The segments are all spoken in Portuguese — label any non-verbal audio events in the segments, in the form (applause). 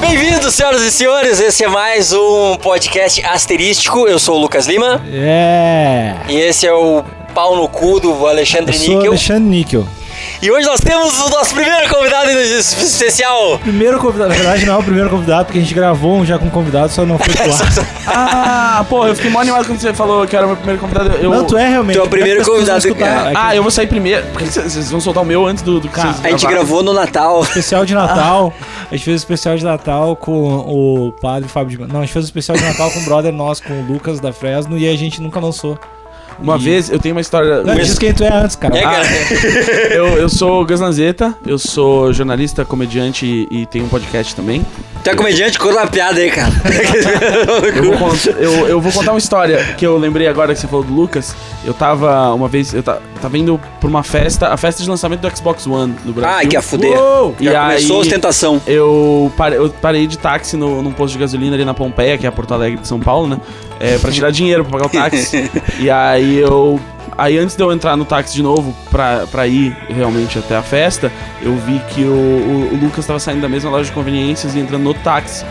Bem-vindos, senhoras e senhores. Esse é mais um podcast asterístico. Eu sou o Lucas Lima É. e esse é o pau no cu do Eu Alexandre sou Níquel. Alexandre Níquel. E hoje nós temos o nosso primeiro convidado especial. Primeiro convidado, na verdade não é o primeiro convidado, porque a gente gravou um já com convidado, só não foi (laughs) pro ar. Ah, pô, eu fiquei mó animado quando você falou que era o meu primeiro convidado. Eu... Não, tu é realmente. Tu é o primeiro as pessoas vão convidado, escutar. cara. É que Ah, eu vou sair primeiro. Por que que vocês vocês vão soltar o meu antes do, do que Cara, vocês A gente gravaram? gravou no Natal. Especial de Natal. A gente fez o especial de Natal com o padre Fábio de Mano. Não, a gente fez o especial de Natal com o brother nosso, com o Lucas da Fresno, e a gente nunca lançou. Uma vez, eu tenho uma história. Não, é- diz quem tu é antes, cara. É, cara. Ah. Eu, eu sou o Gus Lanzetta, eu sou jornalista, comediante e, e tenho um podcast também. Tu é comediante? Conta uma piada aí, cara. Eu vou, cont- eu- eu vou contar uma história que eu lembrei agora que você falou do Lucas. Eu tava uma vez, eu ta- tava indo pra uma festa, a festa de lançamento do Xbox One no Brasil. Ai, que a fuder. Uou! (laughs) E Já começou a aí- ostentação. Eu parei, eu parei de táxi no, num posto de gasolina ali na Pompeia, que é a Porto Alegre de São Paulo, né? É, pra tirar dinheiro pra pagar (laughs) o táxi. e aí eu. Aí antes de eu entrar no táxi de novo pra, pra ir realmente até a festa, eu vi que o, o- o Lucas tava saindo da mesma loja de conveniências e entrando no táxi.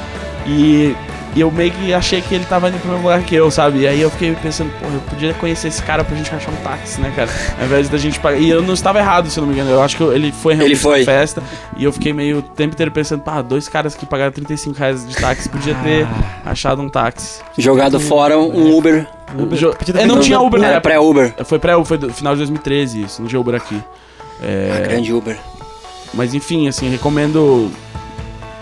E, e eu meio que achei que ele tava indo pro mesmo lugar que eu, sabe? E aí eu fiquei pensando, porra, eu podia conhecer esse cara pra gente achar um táxi, né, cara? Ao invés da gente pagar. E eu não estava errado, se eu não me engano. Eu acho que eu- ele foi realmente Ele foi. na festa. E eu fiquei meio o tempo inteiro pensando, pá, dois caras que pagaram 35 reais de táxi podia ter Ah. achado um táxi. Jogado fora um Uber. Jo- Podia ter É, não feito tinha um Uber, na Era época. pré-Uber. Foi pré foi do final de 2013 isso, não tinha Uber aqui. É, Ah, Grande Uber. mas enfim, assim, recomendo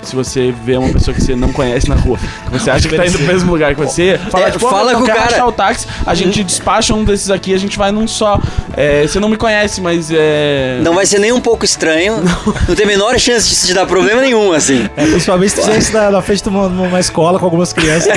se você vê uma pessoa que você não conhece na rua, que você acha que tá indo pro mesmo lugar que você, fala, É, tipo, fala fala com o com cara." achar o táxi, a gente despacha um desses aqui, a gente vai num só. É, você não me conhece, mas é... Não vai ser nem um pouco estranho. Não tem a menor chance de se te dar problema nenhum, assim. É, principalmente se tu fizer isso na, na frente de uma, numa escola com algumas (laughs) crianças.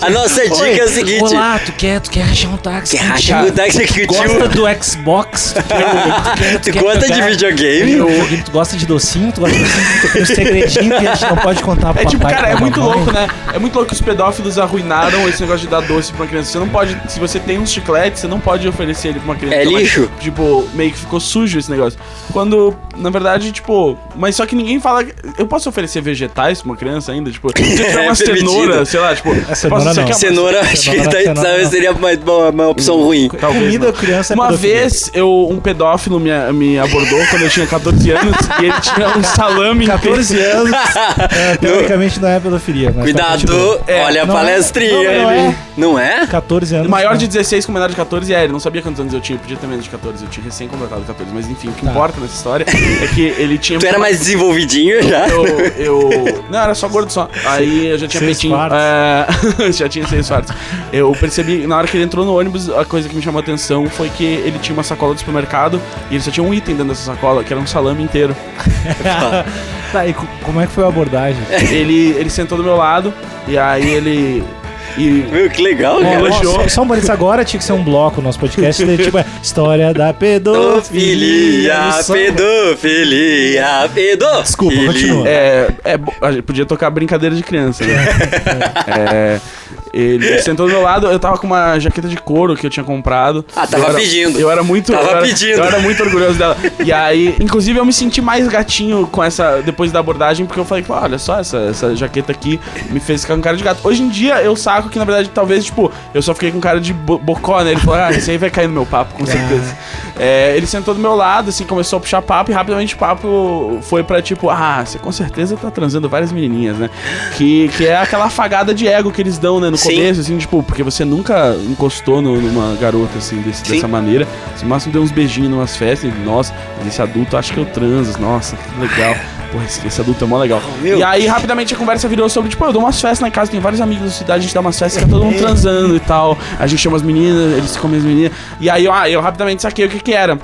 A nossa dica é a seguinte. Olá, tu quer, tu quer achar um táxi? Que Tu racha o táxi que o Gosta tio. do Xbox? (laughs) Tu, quer- Tu quer gosta de jogar? (laughs) videogame? Tu gosta de docinho, tu gosta de docinho, tem um segredinho que a gente não pode contar pra É tipo, papai, cara, é pra muito mamãe. louco, né? É muito louco que os pedófilos arruinaram esse negócio de dar doce pra uma criança. Você não pode. Se você tem um chiclete, você não pode oferecer ele pra uma criança. É Mas, lixo. tipo, meio que ficou sujo esse negócio. Quando, na verdade, tipo. Mas só que ninguém fala. Eu posso oferecer vegetais pra uma criança ainda? Tipo, (laughs) se eu tiver É uma permitido. cenoura, sei lá, tipo. eu cenoura posso- você não. quer uma- Cenoura, acho que Cenoura, daí, cenoura. talvez seria mais- uma, uma opção ruim. Talvez Comida não. criança é Uma pedofilia. vez eu, um pedófilo me, me abordou quando eu tinha 14 anos e ele tinha um salame inteiro. (laughs) 14 anos, é, teoricamente não é pedofilia. Mas tá Cuidado, contigo. É, olha a não é- palestrinha. não, não é. ele- Não é? 14 anos. Maior de né? 16 com menor de 14, é, ele não sabia quantos anos eu tinha, podia ter menos de 14, eu tinha recém completado 14, mas enfim, o que Tá. importa nessa história é que ele (laughs) tinha... Tu era mais desenvolvidinho já? Eu, eu... Não, era só gordo só. Aí eu já tinha Seis peitinho. fartos. é, (laughs) já tinha seis fartos. Eu percebi, na hora que ele entrou no ônibus, a coisa que me chamou a atenção foi que ele tinha uma sacola do supermercado e ele só tinha um item dentro dessa sacola, que era um (laughs) salame inteiro. Tá, e co- como é que foi a abordagem? ele, ele sentou do meu lado e aí ele... E Meu, que legal, Ó, cara. ó, elogiou. só, só um parênteses, agora tinha que ser um bloco o nosso podcast, daí, tipo, é história da pedofilia. Pedofilia, Isso. pedofilia, pedofilia. Desculpa, continua. É, é, bo- a gente podia tocar brincadeira de criança, né? É, ele sentou do meu lado, eu tava com uma jaqueta de couro que eu tinha comprado. Ah, tava Eu era- pedindo. Eu era muito. Tava eu era, pedindo. Eu era muito orgulhoso dela. E aí, inclusive, eu me senti mais gatinho com essa. Depois da abordagem, porque eu falei, pô, olha só, essa, essa jaqueta aqui me fez ficar com cara de gato. Hoje em dia eu saco que, na verdade, talvez, tipo, eu só fiquei com cara de bo bocó, né? Ele falou, ah, esse aí vai cair no meu papo, com certeza. É, ele sentou do meu lado, assim, começou a puxar papo e rapidamente o papo foi pra tipo, ah, você com certeza tá transando várias menininhas, né? Que, que é aquela afagada de ego que eles dão, né, no Sim. começo, assim, tipo, porque você nunca encostou no- numa garota, assim, desse, Sim. dessa maneira. Se o máximo deu uns beijinhos numas festas, e, nossa, esse adulto acho que eu transo, nossa, que legal. Porra, esse, esse adulto é mó legal. meu. E aí, rapidamente, a conversa virou sobre, tipo, eu dou umas festas na casa, tem vários amigos da cidade, a gente dá umas festas, fica todo É. mundo transando e tal. A gente chama as meninas, eles comem as meninas. E aí, eu, ah, eu rapidamente saquei o que que era.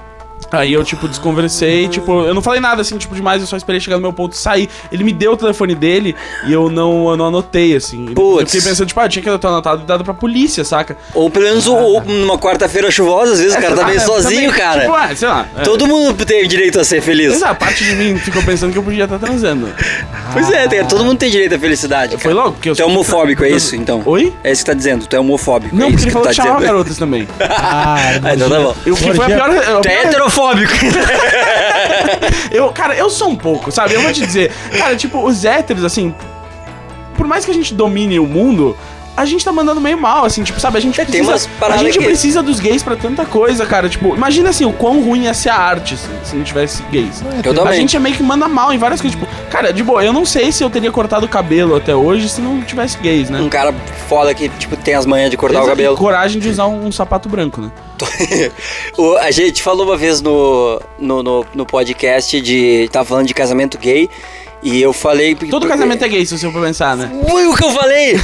Aí eu, tipo, desconversei, tipo, eu não falei nada assim, tipo, demais, eu só esperei chegar no meu ponto e sair. Ele me deu o telefone dele e eu não, eu não anotei, assim. Putz. Eu fiquei pensando, tipo, ah, eu tinha que ter anotado e dado pra polícia, saca? Ou pelo menos ou numa quarta-feira chuvosa, às vezes o cara tá meio Ah, sozinho, também, cara. Tipo, ah, sei lá. é. Todo mundo tem direito a ser feliz. Mas a parte de mim ficou pensando que eu podia estar transando. Pois é, tem- todo mundo tem direito à felicidade. Foi cara. logo, porque eu Tu é homofóbico, é isso, então? Oi? É isso que tá dizendo, tu é homofóbico. Não, é porque isso que ele tu falou tá que chamava dizendo. garotas também. Ah, Ah, então tá bom. E o que foi a pior. a Tu é pior- heterofóbico. Eu, cara, eu sou um pouco, sabe? Eu vou te dizer. Cara, tipo, os héteros, assim. por mais que a gente domine o mundo, a gente tá mandando meio mal, assim, tipo, sabe? A gente É, tem precisa, umas a paradas gente que- precisa dos gays pra tanta coisa, cara. Tipo, imagina assim, o quão ruim ia ser a arte assim, se não tivesse gays. Eu A também. gente é meio que manda mal em várias coisas. Tipo, cara, de boa, eu não sei se eu teria cortado o cabelo até hoje se não tivesse gays, né? (laughs) Um cara foda que, tipo, tem as manhas de cortar o Eles- cabelo. Coragem de usar um, um sapato branco, né? O- a gente falou uma vez no, no, no, no podcast de. Tava falando de casamento gay. E eu falei. Todo casamento é gay, se você for pensar, né? Foi o que eu (laughs) falei!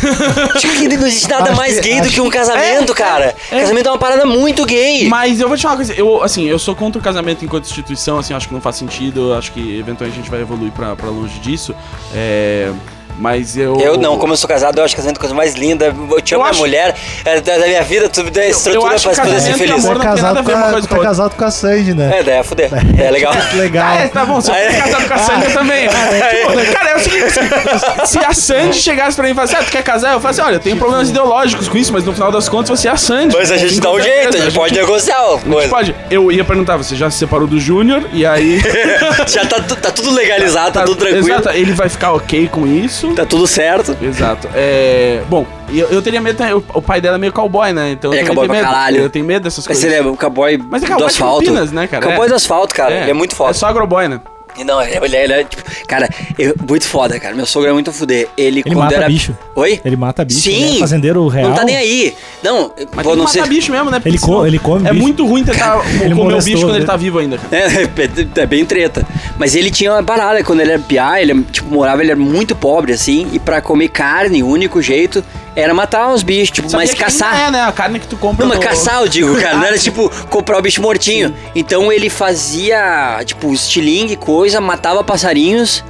Tipo, que não existe nada Acho mais que- gay do acho que um casamento, É, cara. é, é. Casamento é uma parada muito gay. Mas eu vou te falar uma coisa, eu, assim, eu sou contra o casamento enquanto instituição, assim, eu acho que não faz sentido, eu acho que eventualmente a gente vai evoluir pra, pra longe disso, é, mas eu... Eu não, como eu sou casado, eu acho casamento a coisa mais linda. Eu te amo Eu minha acho- mulher, é da da minha vida, tu me dá estrutura acho pra poder ser assim casamento e tá feliz. amor Você não é tem nada a casado, ver com uma a, coisa tu com tá a casado com a Sandy, né? É, daí é fuder. É (laughs) legal. Legal. Ah, (laughs) é, tá bom, se eu fosse casado com a Sandy eu também. Tipo, cara, é o seguinte, assim, se a Sandy chegasse pra mim e falasse, ah, tu quer casar? Eu falasse, olha, eu tenho problemas ideológicos com isso, mas no final das contas você é a Sandy. Mas a gente dá um é jeito, a gente pode negociar uma A gente coisa. pode. Eu ia perguntar, você já se separou do Júnior? E aí. Já tá, tu- tá tudo legalizado, (laughs) tá, tudo tranquilo, Exato, ele vai ficar ok com isso. tá tudo certo. Exato. É. Bom, eu, eu teria medo. também, O, o pai dela é meio cowboy, né? Então Ele eu é também cowboy tenho pra medo. caralho. Eu tenho medo dessas Mas coisas. ele é um cowboy Mas é do cowboy de asfalto. Campinas, né, cara? Cowboy É. do asfalto, cara. Ele é muito foda. É só agroboy, né? E Não, ele, ele- ele é tipo. Cara, eu- muito foda, cara. Meu sogro é muito fuder. Ele, Ele quando mata era. bicho. Oi? Ele mata bicho, Sim. ele é fazendeiro real. Não tá nem aí. Não, Mas vou tem não que ser. matar bicho mesmo, né? Porque Ele co- senão ele come É bicho. muito ruim tentar (laughs) comer o molestou, bicho quando né? ele tá vivo ainda, cara. (laughs) É, é bem treta. Mas ele tinha uma parada, quando ele era piá, ele tipo, morava, ele era muito pobre, assim, e pra comer carne, o único jeito era matar os bichos, tipo, Sabia mas que caçar. ainda É, né? A carne que tu compra. Não, mas no- caçar, eu digo, cara. Não era tipo comprar o bicho mortinho. Então ele fazia, tipo, estilingue, coisa, matava passarinhos.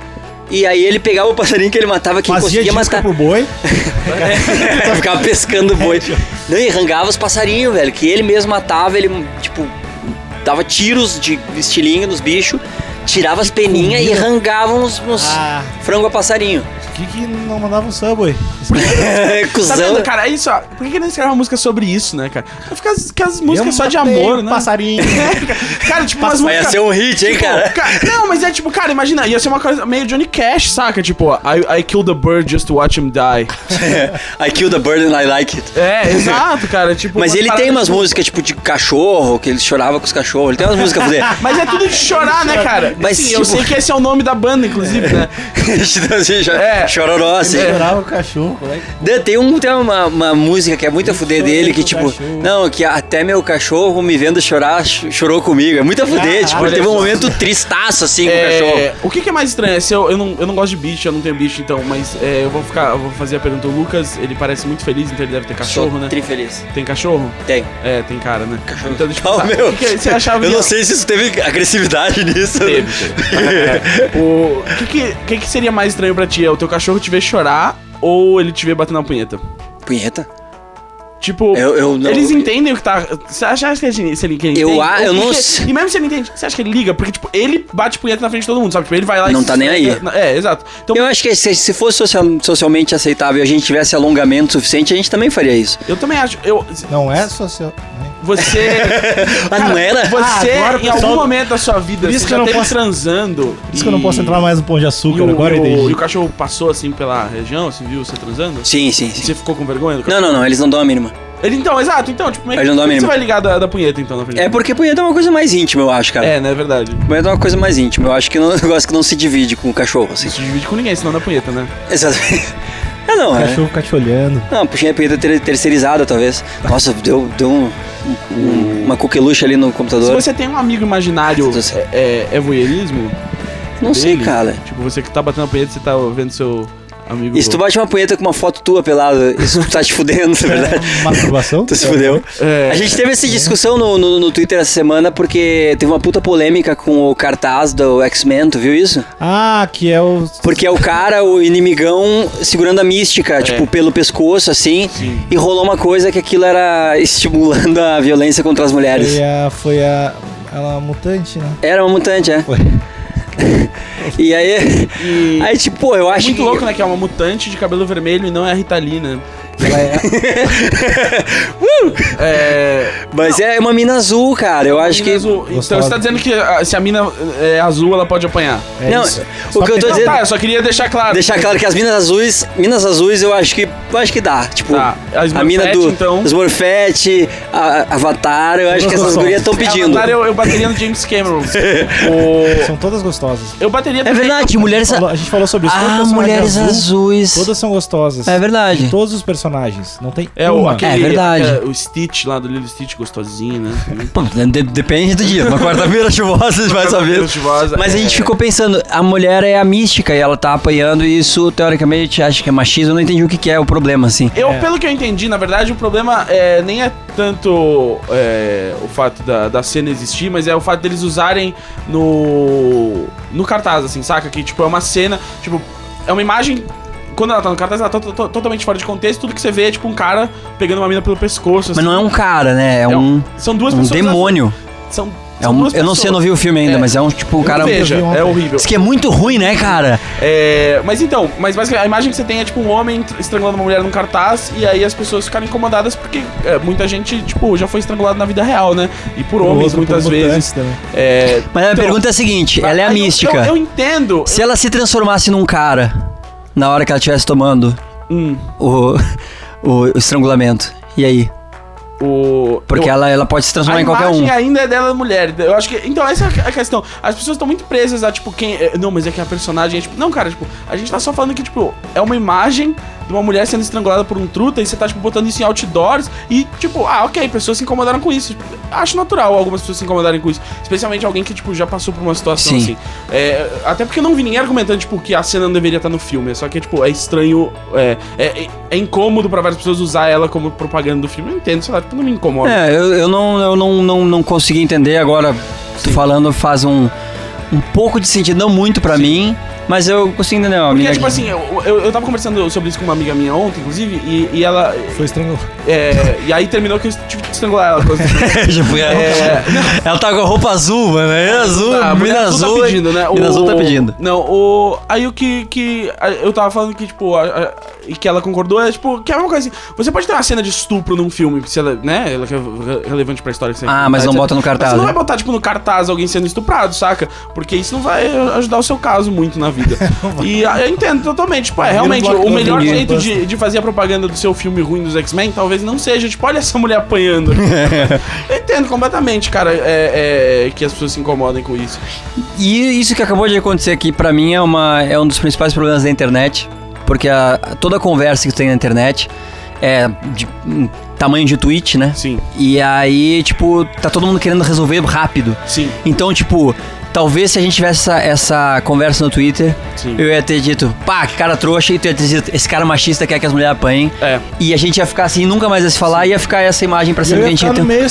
E aí ele pegava o passarinho que ele matava, que Fazia conseguia disco matar. pro boi. (laughs) Ficava pescando boi. Não, e rangava os passarinhos, velho. Que ele mesmo matava, ele, tipo, dava tiros de estilingue nos bichos, tirava as peninhas e rangava uns, uns Ah. frango a passarinho. Por que, que não mandava um Subway? Tá Cusão. vendo, cara? É isso, ó. Por que, que ele não escreve uma música sobre isso, né, cara? Fica as, que as é Eu músicas só de matei amor, um né? (laughs) Passarinho. (laughs) Cara, tipo, umas Vai músicas. ser um hit, hein, Tipo, cara? ca- Não, mas é tipo, cara, imagina, ia ser uma coisa meio Johnny Cash, saca? Tipo, I, I killed a bird just to watch him die. (laughs) I kill the bird and I like it. (laughs) É, exato, cara. Tipo, Mas uma ele parada tem umas tipo- músicas, tipo, de cachorro, que ele chorava com os cachorros. Ele tem umas músicas pra (laughs) Mas é tudo de chorar, né, cara? Mas, Sim, tipo- eu sei que esse é o nome da banda, inclusive, (laughs) né? fazer. Assim, cho- É. Chororó, assim. É. Chorava o cachorro. como é que- Não, Tem, um, tem uma, uma música que é muito a fuder chorei dele, que com tipo, o cachorro. não, que até meu cachorro me vendo chorar, ch- chorou comigo. É muito a fuder, Ah, tipo, olha ele teve um só. momento tristaço assim com o É, cachorro. o que, que é mais estranho? É se eu, eu, não, eu não gosto de bicho, eu não tenho bicho, então, mas é, eu vou ficar. Eu vou fazer a pergunta. O Lucas, ele parece muito feliz, então ele deve ter cachorro, Sou né? Tri feliz. Tem cachorro? Tem. É, tem cara, né? Cachorro. Então, tipo, Não, tá, meu, o que, que você achava Eu não que- sei se isso teve agressividade nisso. (laughs) Teve, teve. O que, que, que que seria mais estranho pra ti? É o teu cachorro te ver chorar ou ele te ver batendo na punheta? Punheta? Tipo, Eu- eu não- eles entendem o que tá. Você acha acha que ele, se ele entende? Eu a- Ou eu não porque- sei. E mesmo se ele entende, você acha que ele liga? Porque, tipo, ele bate punheta na frente de todo mundo, sabe? Tipo, ele vai lá e. Não tá nem aí. É, exato. Então, Eu eu, acho que se, se fosse social- socialmente aceitável e a gente tivesse alongamento suficiente, a gente também faria isso. também acho. Eu, Não é social. né? (laughs) você. Mas Ah, não era? Você, Ah, agora o em algum pessoal- momento da sua vida, Por isso você que já eu não teve posso- transando. Por isso que eu não posso entrar mais no Pão de e Açúcar o, agora, e, o, Edegi. e o cachorro passou assim pela região, assim, viu você transando? Sim, sim, sim. Você ficou com vergonha do cachorro? Não, não, não, eles não dão a mínima. Ele, então, exato, então, tipo, meio Ele não dá a por que você mínima. vai ligar da, da punheta, então, na frente? É porque punheta é uma coisa mais íntima, eu acho, cara. É, né, é verdade. Punheta é uma coisa mais íntima. Eu acho que é um (laughs) negócio que não se divide com o cachorro, assim. Não se divide com ninguém, senão dá punheta, né? Exatamente. (laughs) É não, O é. cachorro fica te olhando. Não, puxinha de punheta ter- terceirizada, talvez. Nossa, deu, deu um- um- uma coqueluche ali no Se computador. você tem um amigo imaginário, Se você- é, é voyeurismo? Não sei, dele? cara. Tipo, você que tá batendo a punheta, você tá vendo seu amigo... E se tu bate uma punheta com uma foto tua pelado, isso tá te fudendo, (laughs) na verdade. (laughs) Masturbação? Tu se fudeu. É, A gente teve essa discussão no, no, no Twitter essa semana porque teve uma puta polêmica com o cartaz do X-Men, tu viu isso? Ah, que é o. Porque é o cara, o inimigão, segurando a mística, tipo, pelo pescoço, assim. É. Sim. E rolou uma coisa que aquilo era (laughs) estimulando a violência contra as mulheres. Foi a. Foi a. Ela é mutante, né? Era uma mutante, é. Foi. E aí. E... Aí, tipo, pô, eu é acho muito que. louco, né, que é uma mutante de cabelo vermelho e não é a Rita Lee, né? Ela (laughs) é, É. Mas é uma mina azul, cara. Eu acho que. Minas azul. Então Gostosa. você tá dizendo que ah, se a mina é azul, ela pode apanhar. é não, isso. o Só que eu tô pegar- dizendo. Tá, eu só queria deixar claro. Deixar claro que as minas azuis, minas azuis eu acho que eu acho que dá, tipo, Tá, as a mina Smurfette, do então. Smurfette, a- Avatar, eu acho que essas gurias (laughs) estão pedindo. Avatar, tá é eu, eu bateria no (laughs) James Cameron. O- São todas gostosas. Eu bateria É verdade, mulheres a- Falou- A gente falou sobre isso. todo Ah, personagem mulheres azul, azuis. Todas são gostosas. É verdade. Todos os personagens. Não tem É, o, uma. aquele, É verdade. é, o Stitch lá do Lilo Stitch, gostosinho, né? Pô, de- depende do dia. Uma quarta-feira (laughs) chuvosa, vocês vão saber. Chuvosa, Mas a gente é. ficou pensando, a mulher é a mística e ela tá apanhando e isso, teoricamente, acha que é machismo. Eu não entendi o que, que é o problema, assim. Eu, pelo que eu entendi, na verdade, o problema é, nem é tanto é, o fato da, da cena existir, mas é o fato deles usarem no. no cartaz, assim, saca? Que, tipo, é uma cena, tipo, é uma imagem. Quando ela tá no cartaz, ela tá to- to- totalmente fora de contexto, tudo que você vê é tipo um cara pegando uma mina pelo pescoço. Mas não é um cara, né? É É um, São duas um pessoas. demônio. São, É são um, duas eu não sei, eu não pessoas. vi o filme ainda, É. mas é um tipo um Eu cara. vejo, Eu vi ontem. é horrível. Isso que é muito ruim, né, cara? É, mas então, mas basicamente a imagem que você tem é tipo um homem tr- estrangulando uma mulher num cartaz e aí as pessoas ficaram incomodadas porque é, muita gente, tipo, já foi estrangulada na vida real, né? E por homens Outro muitas mutante vezes. também. É, Mas a então, pergunta é a seguinte: ela é a aí eu- mística. Eu, eu entendo. Se ela se transformasse num cara na hora que ela estivesse tomando Hum, o, (laughs) o, o estrangulamento, e aí? o, Porque eu- ela, ela pode se transformar a em qualquer um. imagem ainda é dela mulher. Eu acho que. Então, essa é a questão. As pessoas estão muito presas a, tipo, quem. é, Não, mas é que a personagem é tipo. Não, cara, tipo, a gente tá só falando que, tipo, é uma imagem de uma mulher sendo estrangulada por um truta e você tá, tipo, botando isso em outdoors e, tipo, ah, ok, pessoas se incomodaram com isso. Acho natural algumas pessoas se incomodarem com isso. Especialmente alguém que, tipo, já passou por uma situação Sim. assim. É, até porque eu não vi ninguém argumentando, tipo, que a cena não deveria estar no filme. É Só que, tipo, é estranho. É, é, é incômodo pra várias pessoas usar ela como propaganda do filme. Eu entendo, sei lá, tipo, não me incomoda. É, eu, eu, não, eu não, não, não consegui entender agora. Tu falando faz um, um pouco de sentido, não muito pra mim, mas eu consigo entender. Uma Porque, mina tipo que- assim, eu, eu, eu tava conversando sobre isso com uma amiga minha ontem, inclusive, e, e ela. Foi estranho. é, e aí terminou que eu tive que estrangular ela. (laughs) assim. Tipo, ela- É. Tá, Ela tá com a roupa azul, mano. É azul, a mina mulher azul azul. tá pedindo, né? mina O- azul tá pedindo. Não, o. Aí o que. que a- eu tava falando que, tipo, a- a- e que ela concordou, é tipo, que é uma coisa assim. Você pode ter uma cena de estupro num filme, se ela, né? Ela que é re- relevante pra história que você Ah, mas não etc. bota no cartaz, é- Você não né? vai botar, tipo, no cartaz alguém sendo estuprado, saca? Porque isso não vai ajudar o seu caso muito na (laughs) vida. e a- eu entendo totalmente, tipo, é Vira um realmente o blockbuster. melhor Entendi. jeito de, de fazer a propaganda do seu filme ruim dos X-Men talvez não seja, tipo, olha essa (laughs) mulher apanhando. eu entendo completamente, cara, é- é, que as pessoas se incomodem com isso. E isso que acabou de acontecer aqui, pra mim, é, uma, é um dos principais problemas da internet. Porque a- toda a conversa que tem na internet é de hum, tamanho de tweet, né? Sim, E aí, tipo, tá todo mundo querendo resolver rápido. sim, Então, tipo, talvez se a gente tivesse essa, essa conversa no Twitter, sim. eu ia ter dito, pá, que cara trouxa, e tu ia ter dito, esse cara machista quer que as mulheres apanhem. É. E a gente ia ficar assim, nunca mais ia se falar, ia ficar essa imagem pra Eu sempre que a ia gente ficar ia no então. ter. um meio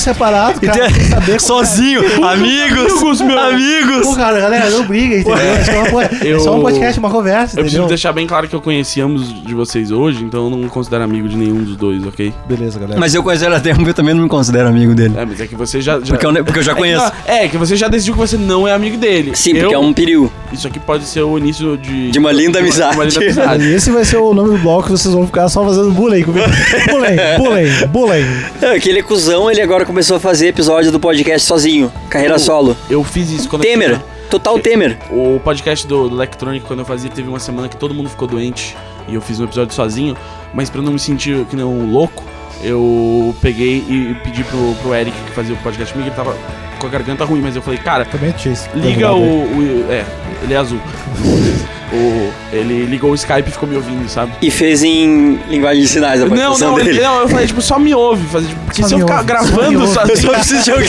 (laughs) separado, cara. sem saber qual é. sozinho, amigos, É. Pô, amigos. cara, galera, não briga, entendeu? É só, uma, po- é só um Eu- podcast, uma conversa, Eu preciso entendeu? deixar bem claro que eu conheci ambos de vocês hoje, então eu não me considero amigo de nenhum dos dois, ok? Beleza, galera. Mas eu conheço ele há tempo, eu também não me considero amigo dele. É, mas é que você já. já- Porque eu, ne- porque eu já É que conheço. não- É, que você já decidiu que você não é amigo dele. Sim, porque Eu- é um perigo. Isso aqui pode ser o início de. De uma linda de uma- de uma amizade. linda Cara, amizade. e esse vai ser o nome do bloco, vocês vão ficar só fazendo bullying (laughs) comigo. bullying, bullying, bullying. É, aquele cuzão, ele agora começou a fazer episódio do podcast sozinho, carreira Eu- solo. Eu fiz isso quando. eu Temer, fiz- total Temer. O podcast do do Electronic, quando eu fazia, teve uma semana que todo mundo ficou doente e eu fiz um episódio sozinho, mas pra eu não me sentir que nem um louco, eu peguei e pedi pro, pro Eric que fazia o podcast comigo, ele tava com a garganta ruim, mas eu falei, cara, Também é chase. Liga o, né?" o- É, ele é azul. (laughs) o, ele ligou o Skype e ficou me ouvindo, sabe? E fez em linguagem de sinais a Não, participação não, dele. ele- não, eu falei, tipo, só me ouve. Fazer, tipo, porque Só se eu me ficar ouve, só me gravando ouve. Eu (laughs) sozinho, só preciso de alguém.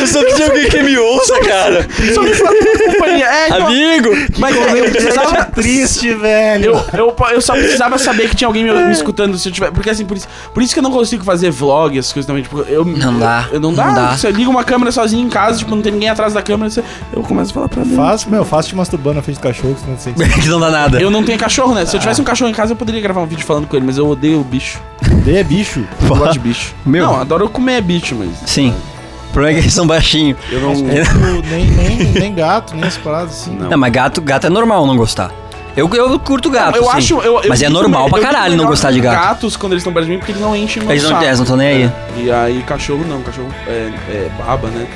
Eu só preciso de alguém que me ouça, cara. (laughs) só me falar com (laughs) companhia. É, então, Amigo! mas é, eu precisava. Triste, velho. Eu, eu, eu só precisava saber que tinha alguém me, me escutando se eu tiver. Porque assim, por isso, por isso que eu não consigo fazer vlog, essas coisas também. Tipo, eu, Não dá, Eu, não, não dá. dá. Se eu ligo uma câmera sozinho em casa, tipo, não tem ninguém atrás da câmera, você- eu começo a falar pra mim. Fácil, meu, fácil te masturbando na frente do cachorro, que você não sente. Que não dá nada. Eu não tenho cachorro, né? Se eu tivesse um cachorro em casa, eu poderia gravar um vídeo falando com ele, mas eu odeio o bicho. Dê é (laughs) bicho. Eu gosto de bicho. Meu. Não, adoro comer bicho, mas Sim. O problema é que eles são baixinhos. eu não. É Tipo, nem, nem, nem gato, nem as paradas assim. Não. Não, mas gato, gato é normal não gostar. Eu, eu curto gato, eu sim. acho. eu- eu Mas é fico normal me- pra eu fico caralho não melhor gostar de com gato. gatos quando eles estão perto de mim, porque eles não enchem meu Eles não- saco. eles não tão nem aí. É. E aí, cachorro não, cachorro é, é baba, né?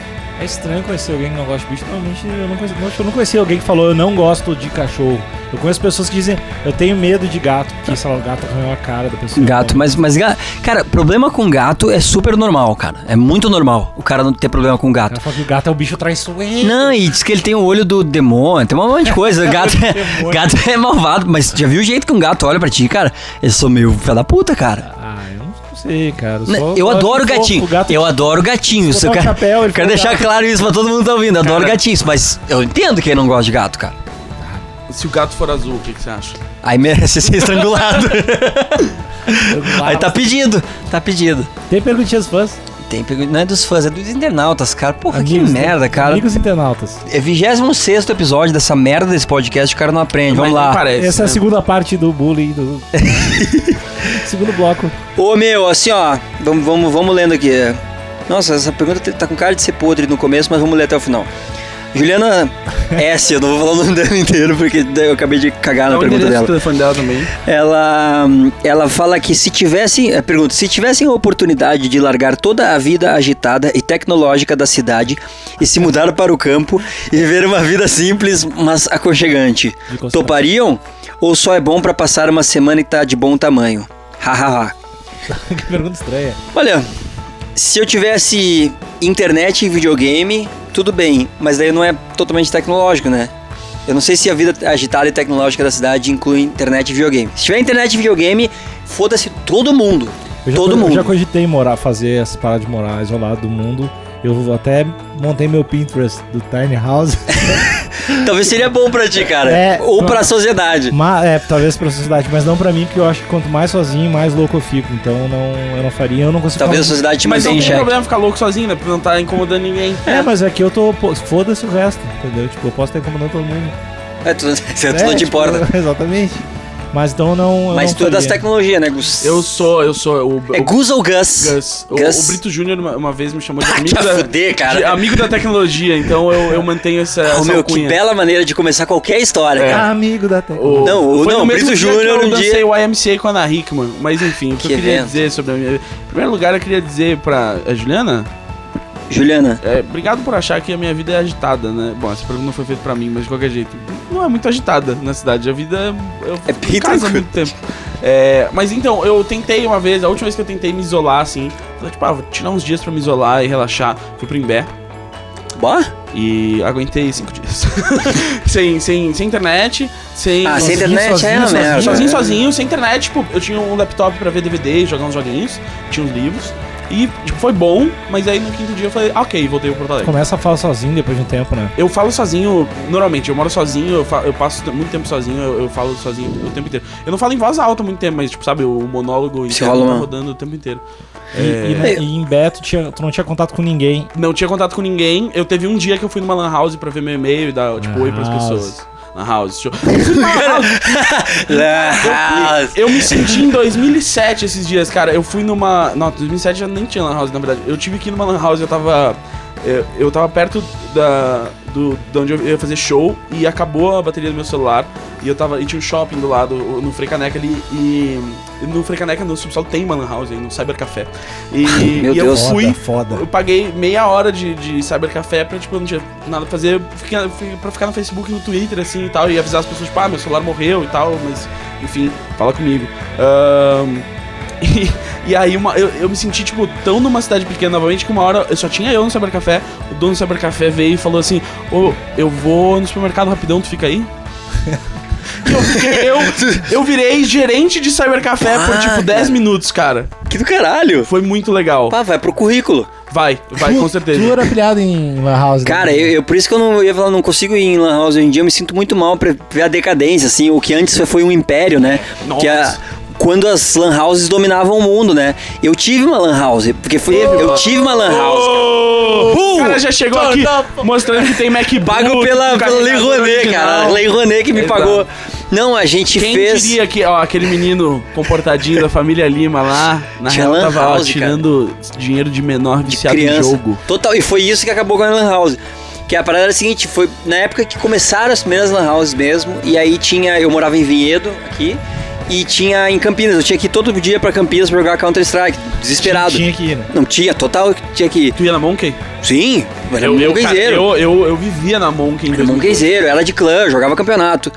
É estranho conhecer alguém que não gosta de bicho. Normalmente eu não conheci, acho que eu não conheci alguém que falou eu não gosto de cachorro. Eu conheço pessoas que dizem eu tenho medo de gato, porque sei lá, o gato arranhou a cara da pessoa. Gato, mas, mas, ga- cara, problema com gato é super normal, cara. É muito normal o cara não ter problema com O cara gato. fala que o gato é o bicho traiçoeiro. Não, e diz que ele tem o olho do demônio, tem um monte de (laughs) coisa. Gato, é- gato é malvado, mas já viu o jeito que um gato olha pra ti, cara? Eu sou meio filho da puta, cara. Ah, eu não sei, cara. Né, só- tá Eu só adoro acho gatinho. fofo, gato Eu adoro gatinho. botar se eu um quero- chapéu, ele Quero for deixar claro isso pra todo mundo que tá ouvindo. Adoro gatinhos, mas eu entendo quem não gosta de gato, cara. Se o gato for azul, o que, que você acha? Aí merece (laughs) ser estrangulado. Tá. Aí gato. tá pedindo, tá pedindo. Tem perguntinhas fãs. Tem, pergu- não é dos fãs, é dos internautas, cara. Porra, Amigos, Ah, né? que merda, cara. Amigos internautas. É 26 episódio dessa merda desse podcast, o cara não aprende. Vamos Mas nem lá. Parece, Essa é a né? segunda parte do bullying do. (laughs) Segundo bloco. (laughs) Ô meu, assim ó, vamos, vamos, vamos lendo aqui. Nossa, essa pergunta tá com cara de ser podre no começo, mas vamos ler até o final. Juliana S, eu não vou falar o nome dela inteiro porque daí eu acabei de cagar Dá na É o pergunta endereço dela. do telefone dela também. Ela, ela fala que se tivessem, eh, pergunta, se tivessem a oportunidade de largar toda a vida agitada e tecnológica da cidade e se mudar para o campo e viver uma vida simples, mas aconchegante, De construção. topariam? Ou só é bom para passar uma semana e tá de bom tamanho? Hahaha. que pergunta estranha. Olha, se eu tivesse internet e videogame, tudo bem, mas daí não é totalmente tecnológico, né? Eu não sei se a vida agitada e tecnológica da cidade inclui internet e videogame. Se tiver internet e videogame, foda-se todo mundo. Eu já Todo co- eu mundo. já cogitei morar, fazer essas paradas de morar isolado do mundo. Eu até montei meu Pinterest do Tiny House. (laughs) Talvez seria bom pra ti, cara. É. Ou pra sociedade. Mas, é, talvez pra sociedade, mas não pra mim, que eu acho que quanto mais sozinho, mais louco eu fico. Então não, eu não faria, eu não consigo. Talvez a falar- sociedade te Mas mantenha não em tem xeque. problema ficar louco sozinho, né? Porque não tá incomodando ninguém. É, mas é que eu tô. pô, Foda-se o resto, entendeu? Tipo, eu posso estar incomodando todo mundo. É, tu, (laughs) tu É, não te tipo, importa. (laughs) Exatamente. Mas então não. eu Mas não tu é das faria. tecnologias, né, Gus? Eu sou, eu sou. O, É o- Gus ou Gus? Gus. O, Gus. o Brito Júnior uma, uma vez (laughs) me chamou de Ah, amigo que a da, fuder, cara. de amigo da tecnologia, então eu, eu mantenho essa, Ah, essa meu, que alcunha. bela maneira de começar qualquer É. história, cara. Amigo da tecnologia. O- Não, o- foi não, no o mesmo Brito dia Júnior que um eu dancei dia- o YMCA com a Ana Hickman, mas enfim, o que, Que eu queria evento. dizer sobre a minha... Em primeiro lugar, eu queria dizer pra a Juliana, Juliana, é, obrigado por achar que a minha vida é agitada, né? Bom, essa pergunta não foi feita pra mim, mas de qualquer jeito, não é muito agitada na cidade, a vida... Eu É fico bem em casa há tranquilo. muito tempo. É, mas então, eu tentei uma vez, a última vez que eu tentei me isolar, assim, falei, tipo, ah, vou tirar uns dias pra me isolar e relaxar, fui pro Imbé, bora? e aguentei cinco (laughs) dias. sem, sem, sem internet, sem. Ah, sem internet é uma sozinho, merda. (laughs) sozinho, sozinho, sem internet. Tipo, eu tinha um laptop pra ver DVD, jogar uns joguinhos, tinha uns livros. E tipo, foi bom, mas aí no quinto dia eu falei, ah, ok, voltei pro Porto Alegre. Começa a falar sozinho depois de um tempo, né? Eu falo sozinho, normalmente, eu moro sozinho, eu, fa- eu passo muito tempo sozinho, eu, eu falo sozinho o tempo inteiro. Eu não falo em voz alta muito tempo, mas, tipo, sabe, o monólogo interno rola tá uma- rodando o tempo inteiro. É. E, e na- e em Beto tinha- tu não tinha contato com ninguém. Não tinha contato com ninguém. Eu teve um dia que eu fui numa lan house pra ver meu e-mail e dar, tipo, Lan oi pras house. pessoas. Lan house. show. Eu fui numa lan house. Ah, Eu me senti em 2007 esses dias, cara. Eu fui numa. Não, 2007 já nem tinha Lan House, na verdade. Eu tive que ir numa Lan House, eu tava. Eu, eu tava perto da. Do, de onde eu ia fazer show e acabou a bateria do meu celular. E eu tava. E tinha um shopping do lado, no Frecaneca ali. E. No Frecaneca, no subsolo, tem uma Lan House aí, no Cybercafé. E, Meu e eu Deus. fui. Foda, foda. Eu paguei meia hora de, de cybercafé pra, tipo, eu não tinha nada pra fazer. Fiquei, fui pra ficar no Facebook e no Twitter, assim, e tal. E avisar as pessoas, tipo, ah, meu celular morreu e tal. Mas, enfim, fala comigo. Ahn, (laughs) e, e aí uma, eu, eu me senti, tipo, tão numa cidade pequena novamente que uma hora eu só tinha eu no cybercafé. O dono do cybercafé veio e falou assim, ô, eu vou no supermercado rapidão, tu (laughs) fica aí? E eu, fiquei- eu, eu virei gerente de cybercafé por, Ah, tipo, 10 cara. minutos, cara. Que do caralho. Foi muito legal. Pá, vai pro currículo. Vai, vai, com certeza. Tu era pilhado em La House. né? Cara, eu, eu- por isso que eu não eu ia falar, não consigo ir em Lan House hoje em dia, eu me sinto muito mal pra ver a decadência, assim, o que antes foi um império, né? Nossa. Que a- quando as Lan Houses dominavam o mundo, né? Eu tive uma Lan House, porque foi. Eu tive uma Lan House. cara. O cara já chegou aqui (laughs) mostrando que tem MacBook. Pago pela, pela Lei Rouanet, cara. A Lei Rouanet que me Exato. pagou. Não, a gente Quem fez. diria que ó, aquele menino comportadinho da família Lima lá, na Tinha real, lan tava ó, house, tirando dinheiro de menor de viciado em criança. jogo. Total. E foi isso que acabou com a Lan House. Que a parada era a seguinte, foi na época que começaram as primeiras lan houses mesmo, e aí tinha, eu morava em Vinhedo, aqui, e tinha em Campinas, eu tinha que ir todo dia pra Campinas pra jogar Counter Strike, desesperado. Tinha que ir, né? Não tinha, total, tinha que ir. Tu ia na Monkey? Sim, era um eu, cara, gazeiro. eu, eu, eu vivia na Monkey. em Irmão 2012. Guizeiro, era um é de clã, jogava campeonato.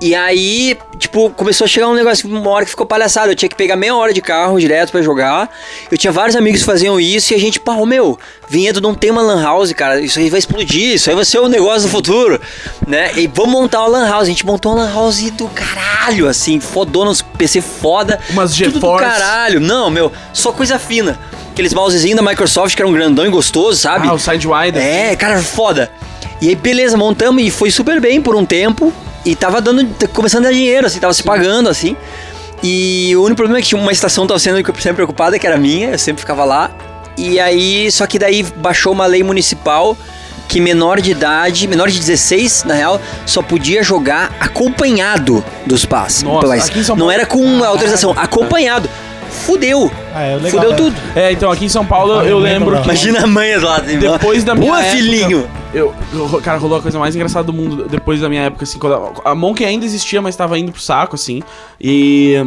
E aí, tipo, começou a chegar um negócio, uma hora que ficou palhaçada. Eu tinha que pegar meia hora de carro direto pra jogar. Eu tinha vários amigos que faziam isso e a gente, pá, ô, meu, Vinhedo não tem uma lan house, cara. Isso aí vai explodir, isso aí vai ser um negócio do futuro, né? E vamos montar uma lan house. A gente montou uma lan house do caralho, assim, fodona, uns PC foda. Umas tudo do GeForce. caralho. Não, meu, só coisa fina. Aqueles mousezinhos da Microsoft que eram grandão e gostoso, sabe? Ah, o Sidewinder. É, cara, foda. E aí, beleza, montamos e foi super bem por um tempo. E tava dando. t- começando a dar dinheiro, assim, tava se pagando, assim. E o único problema é que tinha uma estação que tava sendo sempre preocupada, que era minha, eu sempre ficava lá. E aí, só que daí baixou uma lei municipal que menor de idade, menor de 16, na real, só podia jogar acompanhado dos pais. Nossa, Pais. aqui em São Não Paulo- Ah, tá. era com autorização, acompanhado. Fudeu. Ah, é legal. né? Fudeu tudo. É, então aqui em São Paulo Ah, eu eu lembro lembro. que Imagina a manha lá. Depois da minha Boa, época- filhinho. Eu, eu- cara, rolou a coisa mais engraçada do mundo depois da minha época, assim, quando a, a Monkey ainda existia, mas tava indo pro saco, assim, e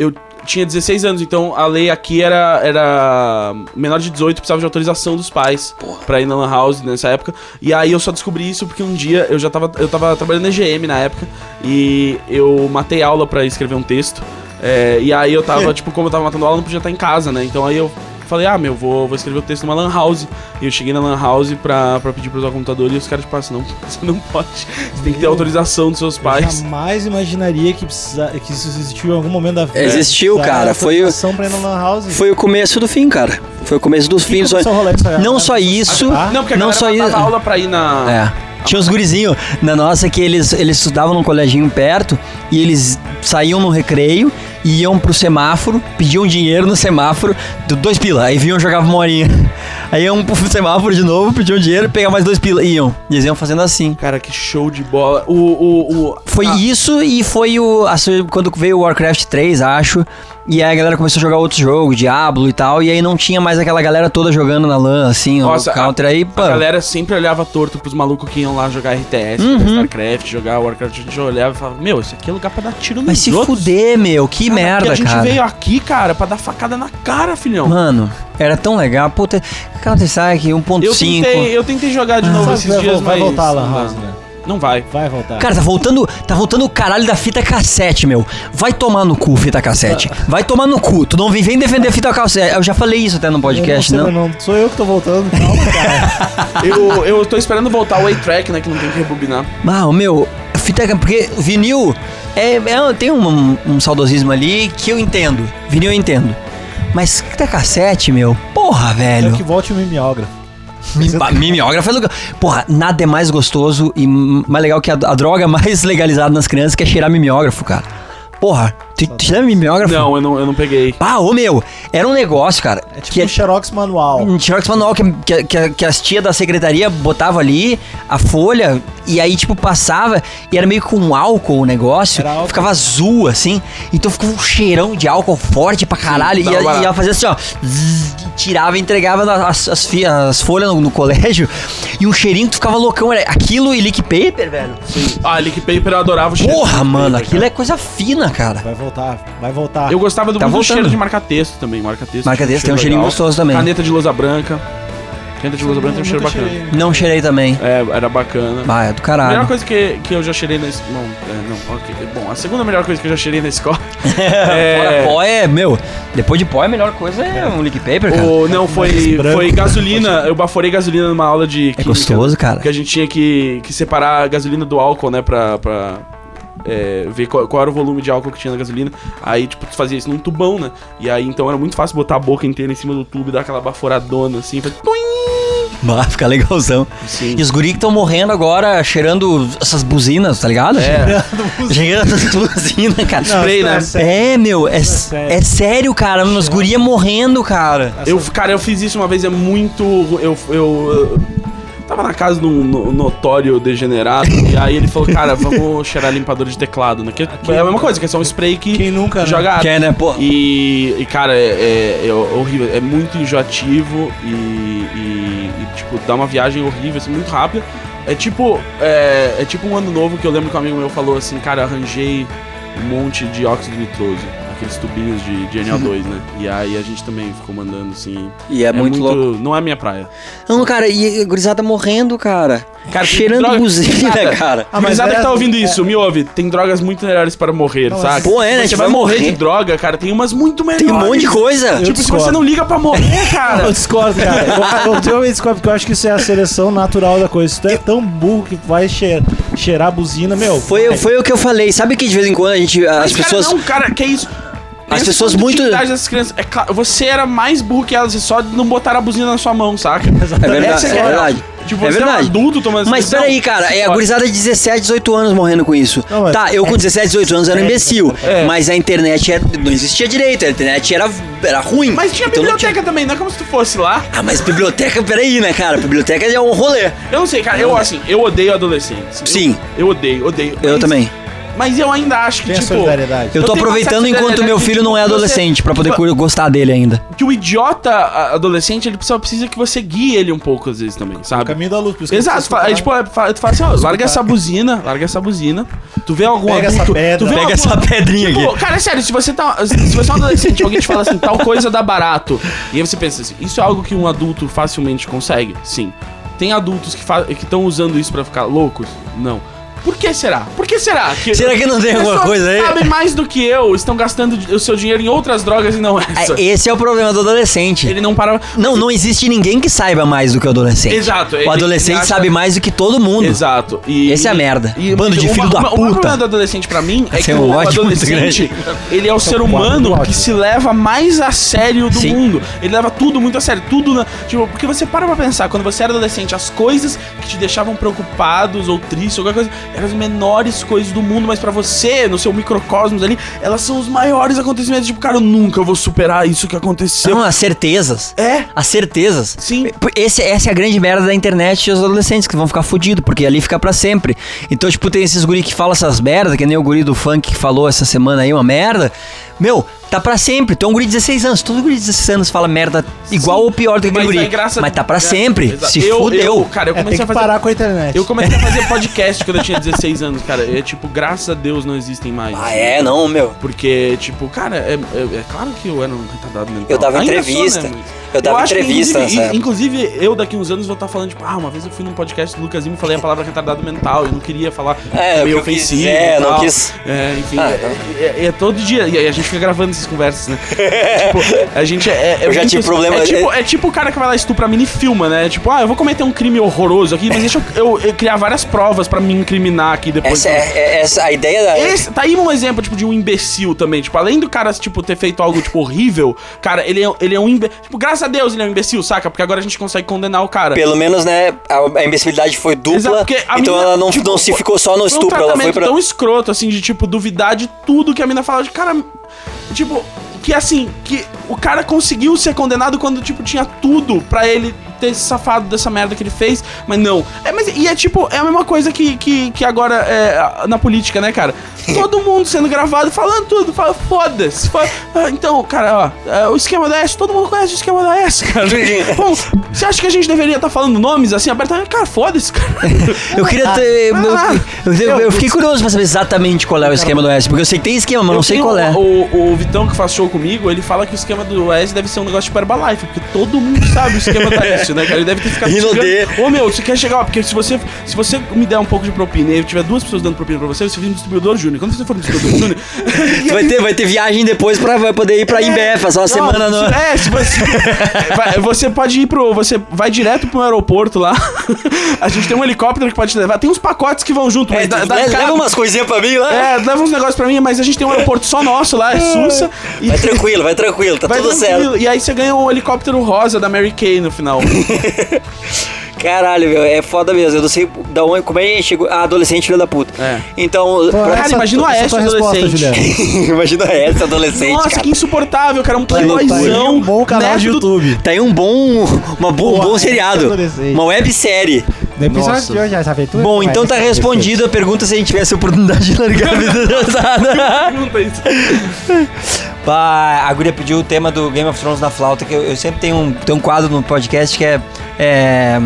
eu tinha 16 anos, então a lei aqui era, era menor de 18, precisava de autorização dos pais Porra. pra ir na lan house nessa época, e aí eu só descobri isso porque um dia, eu já tava, eu tava trabalhando na GM na época, e eu matei aula pra escrever um texto, é, e aí eu (laughs) tava, tipo, como eu tava matando aula, eu não podia estar em casa, né, então aí eu falei, ah, meu, vou, vou escrever o texto numa lan house. E eu cheguei na lan house pra, pra pedir pra usar o computador e os caras, tipo, ah, você não, (laughs) você não pode. Você tem que ter Meu. autorização dos seus Eu pais. jamais imaginaria que, precisa, que isso existiu em algum momento da vida. Existiu, cara, foi o- Ação pra ir na lan house. Foi o começo do fim, cara. Foi o começo É. do fim. Só... começou a rolar isso, cara? Não só isso, Ah, Não, porque a não galera só matava isso. aula pra ir na... É. Tinha uns gurizinhos na nossa que eles, eles estudavam num coleginho perto e eles saíam no recreio e iam pro semáforo, pediam dinheiro no semáforo, do- dois pila, aí vinham e jogavam uma horinha. (laughs) Aí iam pro semáforo de novo, pediam dinheiro, pegavam mais dois pila, iam. E eles iam fazendo assim. Cara, que show de bola. O... o, o Foi a- isso e foi o a su- quando veio o Warcraft 3, acho. E aí a galera começou a jogar outros jogos, Diablo e tal, e aí não tinha mais aquela galera toda jogando na LAN, assim, Nossa, o Counter aí, pô. A galera sempre olhava torto pros malucos que iam lá jogar RTS, jogar Uhum. StarCraft, jogar Warcraft. A gente olhava e falava, meu, isso aqui é lugar pra dar tiro Vai nos se outros. fuder, meu, que Cara, porque merda, a gente cara. veio aqui, cara, pra dar facada na cara, filhão. Mano, era tão legal. Puta, Counter Strike eu, 1.5. tentei, eu tentei jogar Ah, de novo Sabe, esses vai, dias, vai mas... voltar a lan não dá. house, né? Não vai. Vai voltar. Cara, tá voltando, tá voltando o caralho da fita cassete, meu. Vai tomar no cu, fita cassete. Vai tomar no cu. Tu não vem, vem defender a fita cassete. Eu já falei isso até no podcast, eu não. não, sei, mas não. Sou eu que tô (laughs) voltando, calma, cara. Eu, eu tô esperando voltar o A-Track, né? Que não tem (laughs) que rebobinar. Ah, o meu, fita porque vinil é, é- tem um, um saudosismo ali que eu entendo. Vinil eu entendo. Mas fita cassete, meu, porra, Quero velho. que volte o mimeógrafo. Mi- ba- Mimeógrafo é lugar. Porra, nada é mais gostoso e m- mais legal que a, a droga (laughs) mais legalizada nas crianças que é cheirar mimeógrafo, cara. Porra, tu, tu cheira mimeógrafo? Não, eu não, eu não peguei. Ah, ô meu, era um negócio, cara. É tipo que é, um xerox manual. um xerox manual que, que, que, que as tia da secretaria botava ali a folha e aí, tipo, passava e era meio com álcool o negócio. Era álcool. Ficava azul, assim. Então ficava um cheirão de álcool forte pra caralho. dava e, ela- barato. e ela fazia assim, ó. zzz, Tirava e entregava na- as, as, fi- as folhas no, no colégio. E um cheirinho que tu ficava loucão. Era aquilo e leak paper, velho. Ah, Lick Paper eu adorava o cheiro. Porra, mano, aquilo é coisa fina, cara. Vai voltar, vai voltar. Ah, Eu gostava do, Tá muito do voltando. cheiro de marca-texto também. Marca-texto. Marca tinha texto tem um cheirinho legal. gostoso também. Caneta de lousa branca. Caneta de lousa branca tem um cheiro Hum, Nunca bacana. cheirei. Não cheirei também. É, era Ah, bacana. é do A melhor caralho. coisa que, que eu já cheirei na escola. Não, é, não, ok. Bom, a segunda melhor coisa que eu já cheirei (laughs) na escola. (laughs) Fora é, pó é, meu, depois de pó a melhor coisa é um leak paper, cara. o, não, foi, branco. foi gasolina. Eu baforei gasolina numa aula de. É química. gostoso, cara. Porque a gente tinha que, que separar a gasolina do álcool, né? Pra, pra é, ver qual, qual era o volume de álcool que tinha na gasolina. Aí, tipo, tu fazia isso num tubão, né? E aí, então, era muito fácil botar a boca inteira em cima do tubo e dar aquela baforadona, assim. Faz... tuim. Bah, fica legalzão. Sim. E os guri que estão morrendo agora, cheirando essas buzinas, tá ligado? É. Cheirando essas buzinas, cara. Não, spray, isso né? é sério. É, meu, é, Isso é sério. é sério, cara. Os guria morrendo, cara. Eu, cara, eu fiz isso uma vez, é muito... Eu... eu, eu- tá- tava na casa de um no- notório degenerado, e aí ele falou, cara, vamos cheirar limpador de teclado, né? Que é a mesma coisa, que é só um spray que Quem nunca, né? joga água. Quer, né, pô? E, e, cara, é, é- é horrível, é muito enjoativo e, e- e, tipo, dá uma viagem horrível, assim, muito rápida. É tipo, é, é tipo um ano novo que eu lembro que um amigo meu falou assim, cara, arranjei um monte de óxido nitroso, aqueles tubinhos de, de (laughs) NO2, né? E aí a gente também ficou mandando, assim. E é, muito, louco. Não é minha praia. Não, cara, e a gurizada morrendo, cara. Cara, que Cheirando droga- buzina, (laughs) (laughs) cara. Ah, Ah, mas mas é- que tá ouvindo é- isso, me ouve. Tem drogas muito melhores para morrer, Não, saca? mas- Pô, é, né? A Você gente vai vai morrer de morrer. droga, cara. Tem umas muito melhores. Tem um monte de coisa. Eu Tipo, se você discordo. não liga pra (laughs) morrer, cara. Eu discordo, cara. Eu, eu realmente discordo, porque eu acho que isso é a seleção natural da coisa. Se tu é tão burro que vai che- cheirar a buzina, meu. É Foi, foi o que eu falei. Sabe que de vez em quando a gente. As Mas, pessoas. Cara, não, cara, que é isso? As Pensa pessoas na muito- dignidade Dessas crianças. É claro, você era mais burro que elas e só não botaram a buzina na sua (laughs) mão, saca? É verdade, Essa que é a real. verdade. Tipo, É você é um verdade. adulto tomando Mas decisão. peraí, cara, é a Olha, gurizada de 17, 18 anos morrendo com isso. Não, mas- tá, eu com 17, 18 anos era um imbecil. É. Mas a internet era- não existia direito, a internet era, era ruim. Mas tinha Então não biblioteca também, não é como se tu fosse lá. Ah, mas biblioteca, peraí, né, cara? Biblioteca é um rolê. Eu não sei, cara, eu assim, eu odeio adolescentes. Eu- Sim. Eu, odeio, odeio. Eu Mas- também. Mas eu ainda acho que, Tem a tipo. solidariedade. Eu tô tenho uma aproveitando certa enquanto meu que, filho tipo, não é você- adolescente, pra poder tipo, cu- gostar dele ainda. Que o idiota a- adolescente, ele só precisa que você guie ele um pouco, às vezes, também, O sabe? caminho da luz, por isso que Exato, eu fa- aí tipo, é, fa- tu fala assim, ó, larga essa buzina, larga essa buzina. Tu vê algum Pega essa adulto- pedra. tu vê algum- pedrinha Pô, cara, é sério, se você, tá, se você é um adolescente e alguém te fala assim, tal coisa dá barato. E aí você pensa assim, isso é algo que um adulto facilmente consegue? Sim. Tem adultos que fa- que estão usando isso pra ficar loucos? Não. Por que será? Por que será? Que Será que não tem alguma pessoas coisa aí? sabem mais do que eu, estão gastando di- o seu dinheiro em outras drogas e não essa. É, Esse é o problema do adolescente. Ele não para... Não, não existe ninguém que saiba mais do que o adolescente. Exato, ele- O adolescente ele acha- sabe mais do que todo mundo. Exato. E, Essa é a merda. e- Bando de uma- filho da uma- O puta. maior problema do adolescente pra mim é Esse que é um o ódio muito adolescente, ele é o ser um quatro, humano ódio. que se leva mais a sério do Sim. mundo. Ele leva tudo muito a sério, tudo na, tipo, porque você para pra pensar, quando você era adolescente, as coisas que te deixavam preocupados ou tristes ou qualquer coisa, eram as menores coisas do mundo, mas pra você, no seu microcosmos ali, elas são os maiores acontecimentos, tipo, cara, eu nunca vou superar isso que aconteceu. São as certezas. É. As certezas. Sim. Esse, essa é a grande merda da internet e os adolescentes que vão ficar fudidos, porque ali fica pra sempre. Então, tipo, tem esses guri que falam essas merdas, que nem o guri do funk que falou essa semana aí uma merda. Meu, tá pra sempre. Tu é um guri de 16 anos. Todo guri de 16 anos fala merda igual ou pior do que aquele Mas, guri. aí, graças- Mas tá pra graças- sempre. Exato. Se eu, fudeu. Eu, cara, eu É, tem comecei que a fazer parar com a internet. Eu comecei a fazer podcast quando eu tinha 16 anos, cara. É tipo, graças a Deus não existem mais. Ah, é? Não, meu. Porque, tipo, cara, é, é- é claro que eu era um retardado mental. Eu dava Ainda sou, entrevista. né, Luiz? Eu dava acho que, entrevista inclusive, nessa in- inclusive, eu daqui uns anos vou estar falando, tipo, ah, uma vez eu fui num podcast do Lucasinho e falei a palavra retardado mental. Eu não queria falar É, o meio que eu quis ofensivo. dizer, e não tal. quis- É, enfim, Ah, é, é- é todo dia. E aí a gente fica gravando essas conversas, (laughs) né? tipo, a gente é. é- é Eu já muito- tive problema- É tipo, é tipo o cara que vai lá estupra a mim e filma, né? Tipo, ah, eu vou cometer um crime horroroso aqui, mas deixa eu, eu- eu criar várias provas pra me incriminar aqui depois. Essa, é, é- essa a ideia da. Esse- tá aí um exemplo, tipo, de um imbecil também. Tipo, além do cara, tipo, ter feito algo, tipo, horrível, cara, ele é, ele é um imbecil. Tipo, graças a Deus ele é um imbecil, saca? Porque agora a gente consegue condenar o cara. Pelo menos, né, a, a imbecilidade foi dupla, porque a então mina, ela não, tipo, não se foi- ficou só no foi um estupro, ela foi tratamento pra... tão escroto, assim, de, tipo, duvidar de tudo que a mina fala. De, cara, tipo, que assim, que o cara conseguiu ser condenado quando, tipo, tinha tudo pra ele ter se safado dessa merda que ele fez, mas não. É, mas, e é tipo, é a mesma coisa que, que, que agora é, na política, (laughs) né, cara? Todo mundo sendo gravado, falando tudo, fala, foda-se. fala- ah, então, cara, ó, é, o esquema da S, todo mundo conhece o esquema da (laughs) S, cara. Bom, você acha que a gente deveria estar falando nomes assim abertamente? Cara, (laughs) foda-se, cara. Eu queria ter. Ah, eu- ah, eu, eu- eu eu- fiquei curioso pra saber exatamente qual é o esquema do S, porque eu sei que tem esquema, mas Eu não sei tenho qual é. O, o Vitão que faz show comigo, ele fala que o esquema do S deve ser um negócio tipo Herbalife, porque todo mundo sabe o esquema da S, né, cara? Ele deve ter ficado E não dê. xingando. Ô meu, você quer chegar, ó, porque se você, se você me der um pouco de propina e eu tiver duas pessoas dando propina pra você, você vira um distribuidor júnior. Quando você for (laughs) um distribuidor júnior. Tu Vai ter, vai ter viagem depois pra vai poder ir pra IBF, passar uma É. Não, semana no. se- É, se você. vai- você pode ir pro. Você vai direto pro aeroporto lá. A gente tem um helicóptero que pode te levar. Tem uns pacotes que vão junto, mas É, dá- dá- leva cara- umas coisinhas pra mim lá. É, leva uns negócios pra mim, mas a gente tem um aeroporto só nosso lá, é Sussa. E- Vai tranquilo, vai tranquilo, tá Vai tudo tranquilo. E aí você ganha um helicóptero rosa da Mary Kay (laughs) no final. certo. Caralho, meu, é foda mesmo. Eu não sei da onde, como é que chegou. Ah, adolescente, filho da puta. É. Então, Pô, pra- Cara, imagina o essa Aécio tua resposta, assim. adolescente. Juliano. (laughs) imagina essa adolescente. Nossa, cara. que insuportável, cara. Um Tá aí- tá aí playboyzão. (laughs) um bom canal neto de do- YouTube. Tá aí um bom. Uma bo- um Boa, bom seriado. adolescente. Uma websérie. No episódio Nossa. de hoje, essa aventura. é Bom, vai então tá ser respondida a pergunta se a gente tivesse oportunidade de largar a (laughs) vida dançada. Pergunta isso. Bah, a Guria pediu o tema do Game of Thrones na flauta, que eu, eu sempre tenho um, tenho um quadro no podcast que é. é,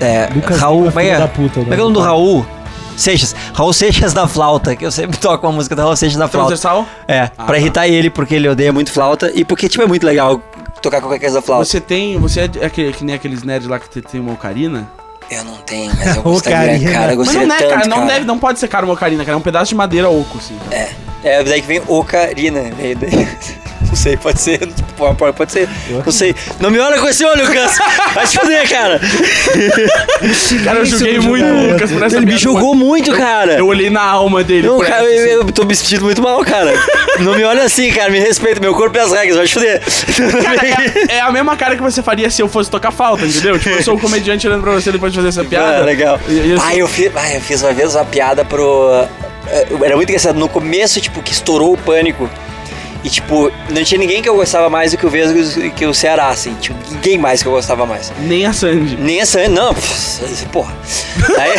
é Lucas Raul. Lima, Como é, filho que é? da puta, né? Como é que é o nome do Raul? Seixas. Raul Seixas na flauta, que eu sempre toco uma música do Raul Seixas na flauta. Transversal? É, Ah, tá. pra irritar ele, porque ele odeia muito flauta e porque, tipo, é muito legal tocar qualquer coisa da flauta. Você tem. Você é, de- é que, que nem aqueles nerds lá que te- tem uma ocarina? Eu não tenho, (laughs) mas eu Ô, gostaria, Karina. cara, eu Mas gostaria não é, tanto, cara. Não, Deve, não pode ser cara uma ocarina, cara. É um pedaço de madeira oco, assim. É, daí que vem Ocarina. veio daí. (laughs) Não sei, pode ser. Pode, pode- pode ser. Não sei. Não me olha com esse olho, Lucas. Vai te fuder, cara. Cara, eu julguei muito é o Lucas por essa Ele me piada. julgou muito, cara. Eu olhei na alma dele. Não, por cara, essa, assim. eu, eu tô me sentindo muito mal, cara. Não me olha assim, cara. Me respeita. Meu corpo e as regras. Vai te fuder. Cara, é, é a mesma cara que você faria se eu fosse tocar falta, entendeu? Tipo, eu sou um comediante olhando pra você depois de fazer essa piada. (laughs) Ah, legal. E- e assim, eu- Ah, eu fiz, ah, eu fiz uma vez uma piada pro. eh, Era muito engraçado. No começo, tipo, que estourou o pânico. E, tipo, não tinha ninguém que eu gostava mais do que o Vesgo e que o Ceará, assim. Tipo, ninguém mais que eu gostava mais. Nem a Sandy. Nem a Sandy, não. pff, Porra. Aí,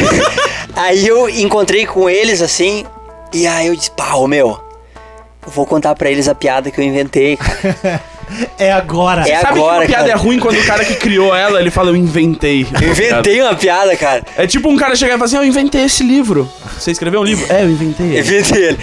(laughs) aí eu encontrei com eles assim, e aí eu disse, pá, ô meu, eu vou contar pra eles a piada que eu inventei. cara." (laughs) É agora. É Sabe agora, que uma piada cara. é ruim quando o cara que criou ela, ele fala, eu inventei. Eu inventei uma piada, cara. É tipo um cara chegar e falar assim, eu inventei esse livro. Você escreveu um livro? É, eu inventei. Eu ele. inventei ele.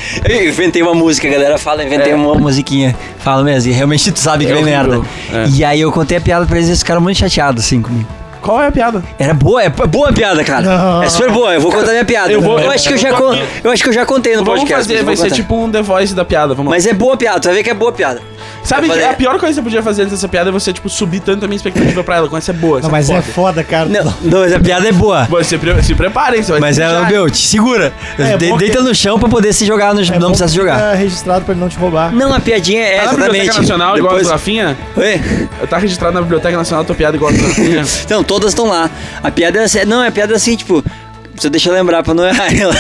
Eu inventei uma música, a galera fala, eu inventei É. uma musiquinha. Fala mesmo, e realmente tu sabe que É vem merda. horrível, é. E aí eu contei a piada pra eles e eles ficaram muito chateados assim comigo. Qual é a piada? Era boa, é boa a piada, cara. Não. É super boa, eu vou contar minha piada. Eu vou- acho que eu eu já tô con- aqui. eu acho que eu já contei no Vamos podcast. mas fazer, eu vai vou ser contar. tipo um The Voice da piada, vamos lá. Mas é boa a piada, tu vai ver que é boa a piada. Sabe Eu que falei- a pior coisa que você podia fazer antes dessa piada é você, tipo, subir tanto a minha expectativa pra ela, com essa é boa, essa Não, mas foda. é foda, cara. Não, não, mas a piada é boa. Você pre- se preparem, você vai Mas se é, mijar. meu, te segura. É, De- bom que- deita no chão pra poder se jogar, no, É não bom precisa se que jogar. fica registrado pra ele não te roubar. Não, a piadinha é Tá na exatamente. Biblioteca Nacional, igual Depois- a Rafinha? Oi? Tá registrado na Biblioteca Nacional a tua piada igual a do (laughs) Rafinha? Não, todas estão lá. A piada é assim, não, a piada é assim, tipo, só deixa eu lembrar pra não errar (laughs) ela.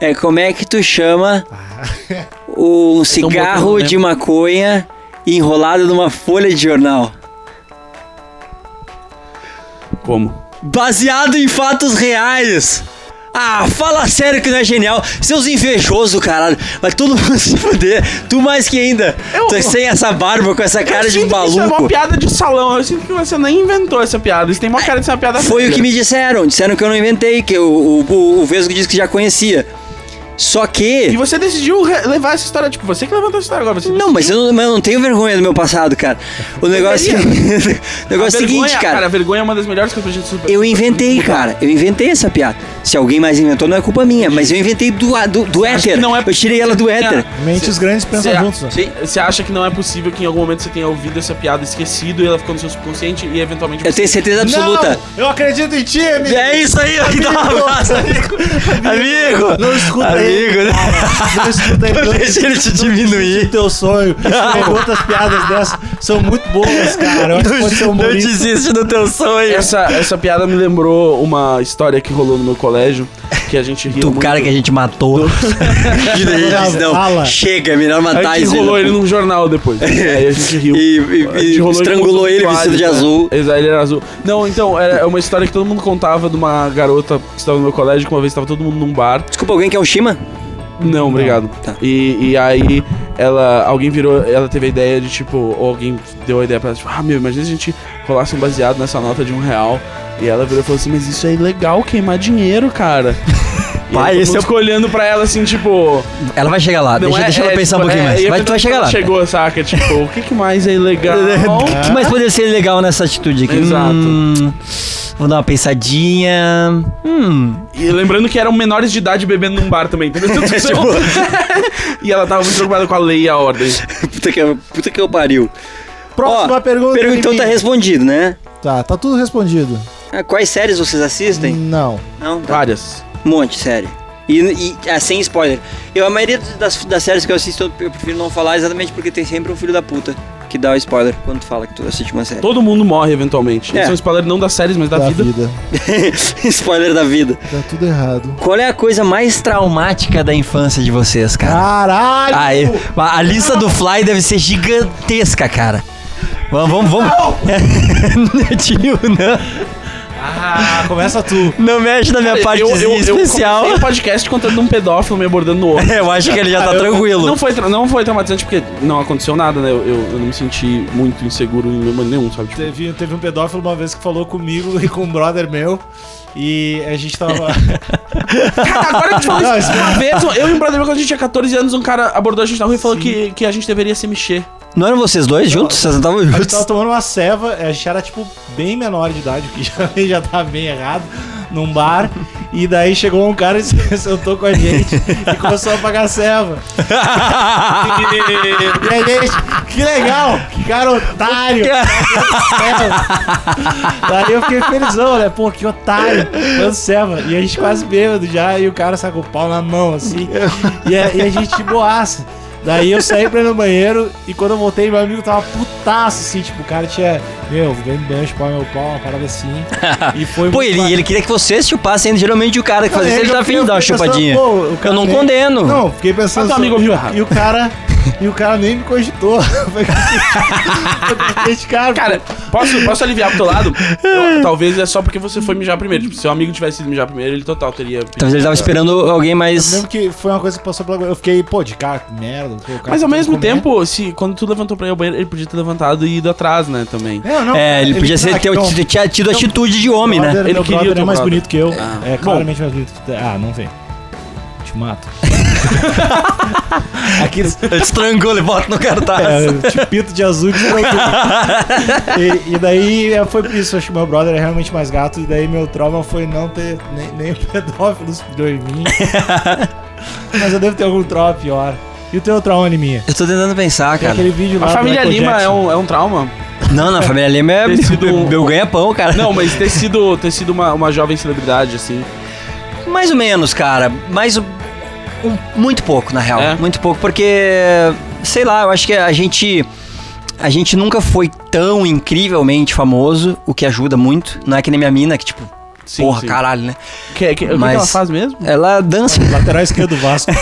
É como é que tu chama Ah. É um cigarro botando, né? de maconha enrolado numa folha de jornal? Como? Baseado em fatos reais. Ah, fala sério que não é genial. Seus invejosos, do caralho. Vai todo mundo (laughs) se fuder. Tu mais que ainda. Eu- Tu é sem essa barba, com essa cara Eu de sinto que Isso é maluco. uma piada de salão. Eu sinto que você nem inventou essa piada. Isso tem uma cara de ser uma piada Foi o feia. que me disseram. Disseram que eu não inventei, que o, o, o, o Vesgo disse que já conhecia. Só E que. você decidiu re- levar essa história. Tipo, você que levantou essa história agora. Você Não, mas eu não, mas eu não tenho vergonha do meu passado, cara. O negócio, é queria. (laughs) o negócio é o seguinte, cara. A vergonha é uma das melhores coisas pra gente super. Eu inventei, cara. Eu inventei essa piada. Se alguém mais inventou, não é culpa minha. Mas eu inventei do, do, do éter. que não é- Eu tirei ela do éter. Mentes grandes pensam Será? juntos. né? Sim. Você acha que não é possível que em algum momento você tenha ouvido essa piada esquecido e ela ficou no seu subconsciente e eventualmente. Eu você- tenho certeza absoluta. Não, eu acredito em ti, amigo. É isso aí, amigo. dá um abraço. Amigo! Não escuta Amigo, ele. né? cara. Não (laughs) escuta ele. Não não deixa ele te o diminuir. (laughs) teu sonho. Escreveu outras piadas dessas. São muito boas, cara. Eu acho que pode ser um Não, não humorista. É desiste do teu sonho. Essa, essa piada me lembrou uma história que rolou no meu colégio que a (laughs) gente riu. Do muito. cara que a gente matou. (laughs) E daí ele disse, não, Fala. chega, é melhor matar né? A gente esse rolou ele num (laughs) jornal depois. Aí a gente riu. E- e- A gente e rolou estrangulou enquanto ele vestido de né? azul. Exato, ele era azul. Não, então, é uma história que todo mundo contava de uma garota que estava no meu colégio, que uma vez estava todo mundo num bar. Desculpa, alguém quer um Shima? Não, obrigado. Tá. E, e aí ela. Alguém virou. Ela teve a ideia de tipo. Ou alguém deu a ideia pra ela, tipo, ah meu, imagina se a gente rolasse um baseado nessa nota de um real. E ela virou e falou assim, mas isso é ilegal queimar (laughs) dinheiro, cara. E Pai, aí todo esse é mundo ficou olhando pra ela assim, tipo. Ela vai chegar lá, não deixa, é- deixa ela é, pensar um tipo, pouquinho é, mais. e Vai, eventualmente tu vai chegar ela lá. Chegou, saca? Tipo, o que, que mais é ilegal? (laughs) O que mais Ah. poderia ser legal nessa atitude aqui? Exato. Hum, vou dar uma pensadinha. Hum. E lembrando que eram menores de idade bebendo num bar (laughs) também, entendeu? (laughs) Tipo, Tipo, e ela tava muito preocupada com a lei e a ordem. Puta que, puta que eu pariu. Próxima Ó, pergunta. Pergunta, então tá Liminha. respondido, né? Tá, tá tudo respondido. Ah, Quais séries vocês assistem? Não. Não? Tá. Várias. Um monte de série. E, e ah, sem spoiler. Eu, a maioria das, das séries que eu assisto, eu prefiro não falar exatamente porque tem sempre um filho da puta que dá o spoiler quando tu fala que tu assiste uma série. Todo mundo morre eventualmente. É. Isso é um spoiler não das séries, mas da, vida. (laughs) spoiler da vida. Tá tudo errado. Qual é a coisa mais traumática da infância de vocês, cara? Caralho! Ah, eu- a, a lista do Fly deve ser (laughs) gigantesca, cara. Vamos, vamos, vamos. Tio, não. (laughs) Ah, começa tu. Não mexe na minha partezinha especial. Eu, Eu comecei o podcast contando um pedófilo me abordando no outro. acho que (laughs) ele já tá tranquilo. Não foi, tra- não foi traumatizante porque não aconteceu nada, né? Eu, eu- eu não me senti muito inseguro em momento nenhum, sabe? Tipo, Teve, teve um pedófilo uma vez que falou comigo e com um brother meu. E a gente tava. Cara, agora que tu falou Não, isso, uma vez, eu e um brother meu, quando a gente tinha 14 anos, um cara abordou a gente na rua e falou que, que a gente deveria se mexer. Não eram vocês dois juntos? Vocês estavam A gente tava juntos? tomando uma ceva, a gente era tipo bem menor de idade, (laughs) o que já, já tá bem errado, num bar. E daí chegou um cara e (laughs) se sentou com a gente e começou a pagar ceva. E a gente, que legal, que cara otário. (laughs) daí Então, eu fiquei felizão, né? Pô, que otário, dando ceva. E a gente quase bêbado já, e o cara sacou o pau na mão, assim. E a, e a gente de boaça. Daí eu saí pra ir no banheiro e quando eu voltei, meu amigo tava putaço, assim, tipo, o cara tinha, meu, vem banho, pau meu pau, uma parada assim. E (laughs) foi Pô, ele, ele queria que vocês chupassem, geralmente o cara que fazia isso, ele tá afim de dar uma chupadinha. Eu não condeno. condeno. Ah, Não, fiquei pensando. Mas teu amigo ouviu errado. E o cara. E o cara nem me cogitou. (laughs) Foi que esse cara. Cara, posso, posso aliviar pro teu lado? (laughs) Eu- talvez é só porque você foi mijar primeiro. Tipo, se seu amigo tivesse ido mijar primeiro, ele total teria. Talvez ele tava esperando alguém mais. mesmo que foi uma coisa que passou pela. Eu fiquei, pô, de cara, que merda. pô, o cara Mas ao tá mesmo comendo. tempo, se, quando tu levantou pra ir ao banheiro, ele podia ter levantado e ido atrás, né? Também. Não, não, É, ele podia ser, Ah, ter, então, ter- ter tido a atitude de homem, né? brother, Ele meu queria o brother teu é mais brother. bonito que eu. Ah. É, Bom. claramente mais bonito que tu. Ah, não vem. (laughs) Te mato. Aqueles. Ele estrangou, ele bota no cartaz. (laughs) É, tipo, pinto de azul de e, e daí é, foi por isso, acho que meu brother é realmente mais gato, e daí meu trauma foi não ter nem, nem pedófilos pilhou em (laughs) mim. Mas eu devo ter algum trauma pior. E o teu trauma em mim? Eu tô tentando pensar, Tem cara. aquele vídeo lá A do família Michael Lima é Jackson. um, é um trauma? Não, na família Lima é (laughs) Ter sido um- meu ganha-pão, cara. Não, mas ter sido, ter sido uma, uma jovem celebridade, assim. Mais ou menos, cara. Mais um, um- muito pouco, na real. É? Muito pouco, porque sei lá, eu acho que a gente a gente nunca foi tão incrivelmente famoso, o que ajuda muito. Não é que nem minha mina que tipo, Sim, porra, sim. caralho, né? Que, que, O que que Mas- ela faz mesmo? Ela dança, (laughs) Lateral esquerdo do Vasco.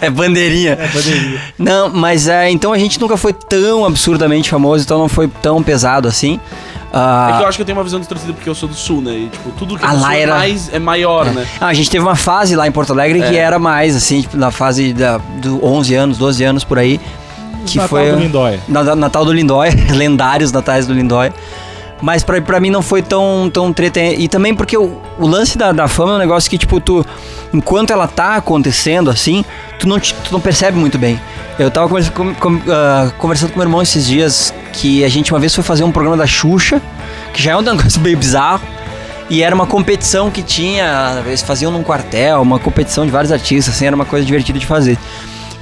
é bandeirinha. Poderia. Não, mas é, então a gente nunca foi tão absurdamente famoso, então não foi tão pesado assim. Ah, É que eu acho que eu tenho uma visão distorcida porque eu sou do sul, né? E, tipo, tudo que Ah, é do lá sul é, era- mais, é maior, né? (laughs) Ah, a gente teve uma fase lá em Porto Alegre que É. era mais, assim, tipo, na fase da, do 11 anos, 12 anos por aí. Que Natal foi. do Lindóia. Na- na- Natal do Lindóia, (laughs) lendários natais do Lindóia. Mas pra, pra mim não foi tão, tão treta. E também porque o, o lance da, da fama é um negócio que, tipo, tu. Enquanto ela tá acontecendo assim, tu não, te- tu não percebe muito bem. Eu tava conversa- com- com- ah, conversando com meu irmão esses dias que a gente uma vez foi fazer um programa da Xuxa, que já é um (laughs) negócio meio bizarro. E era uma competição que tinha, eles faziam num quartel, uma competição de vários artistas, assim, era uma coisa divertida de fazer.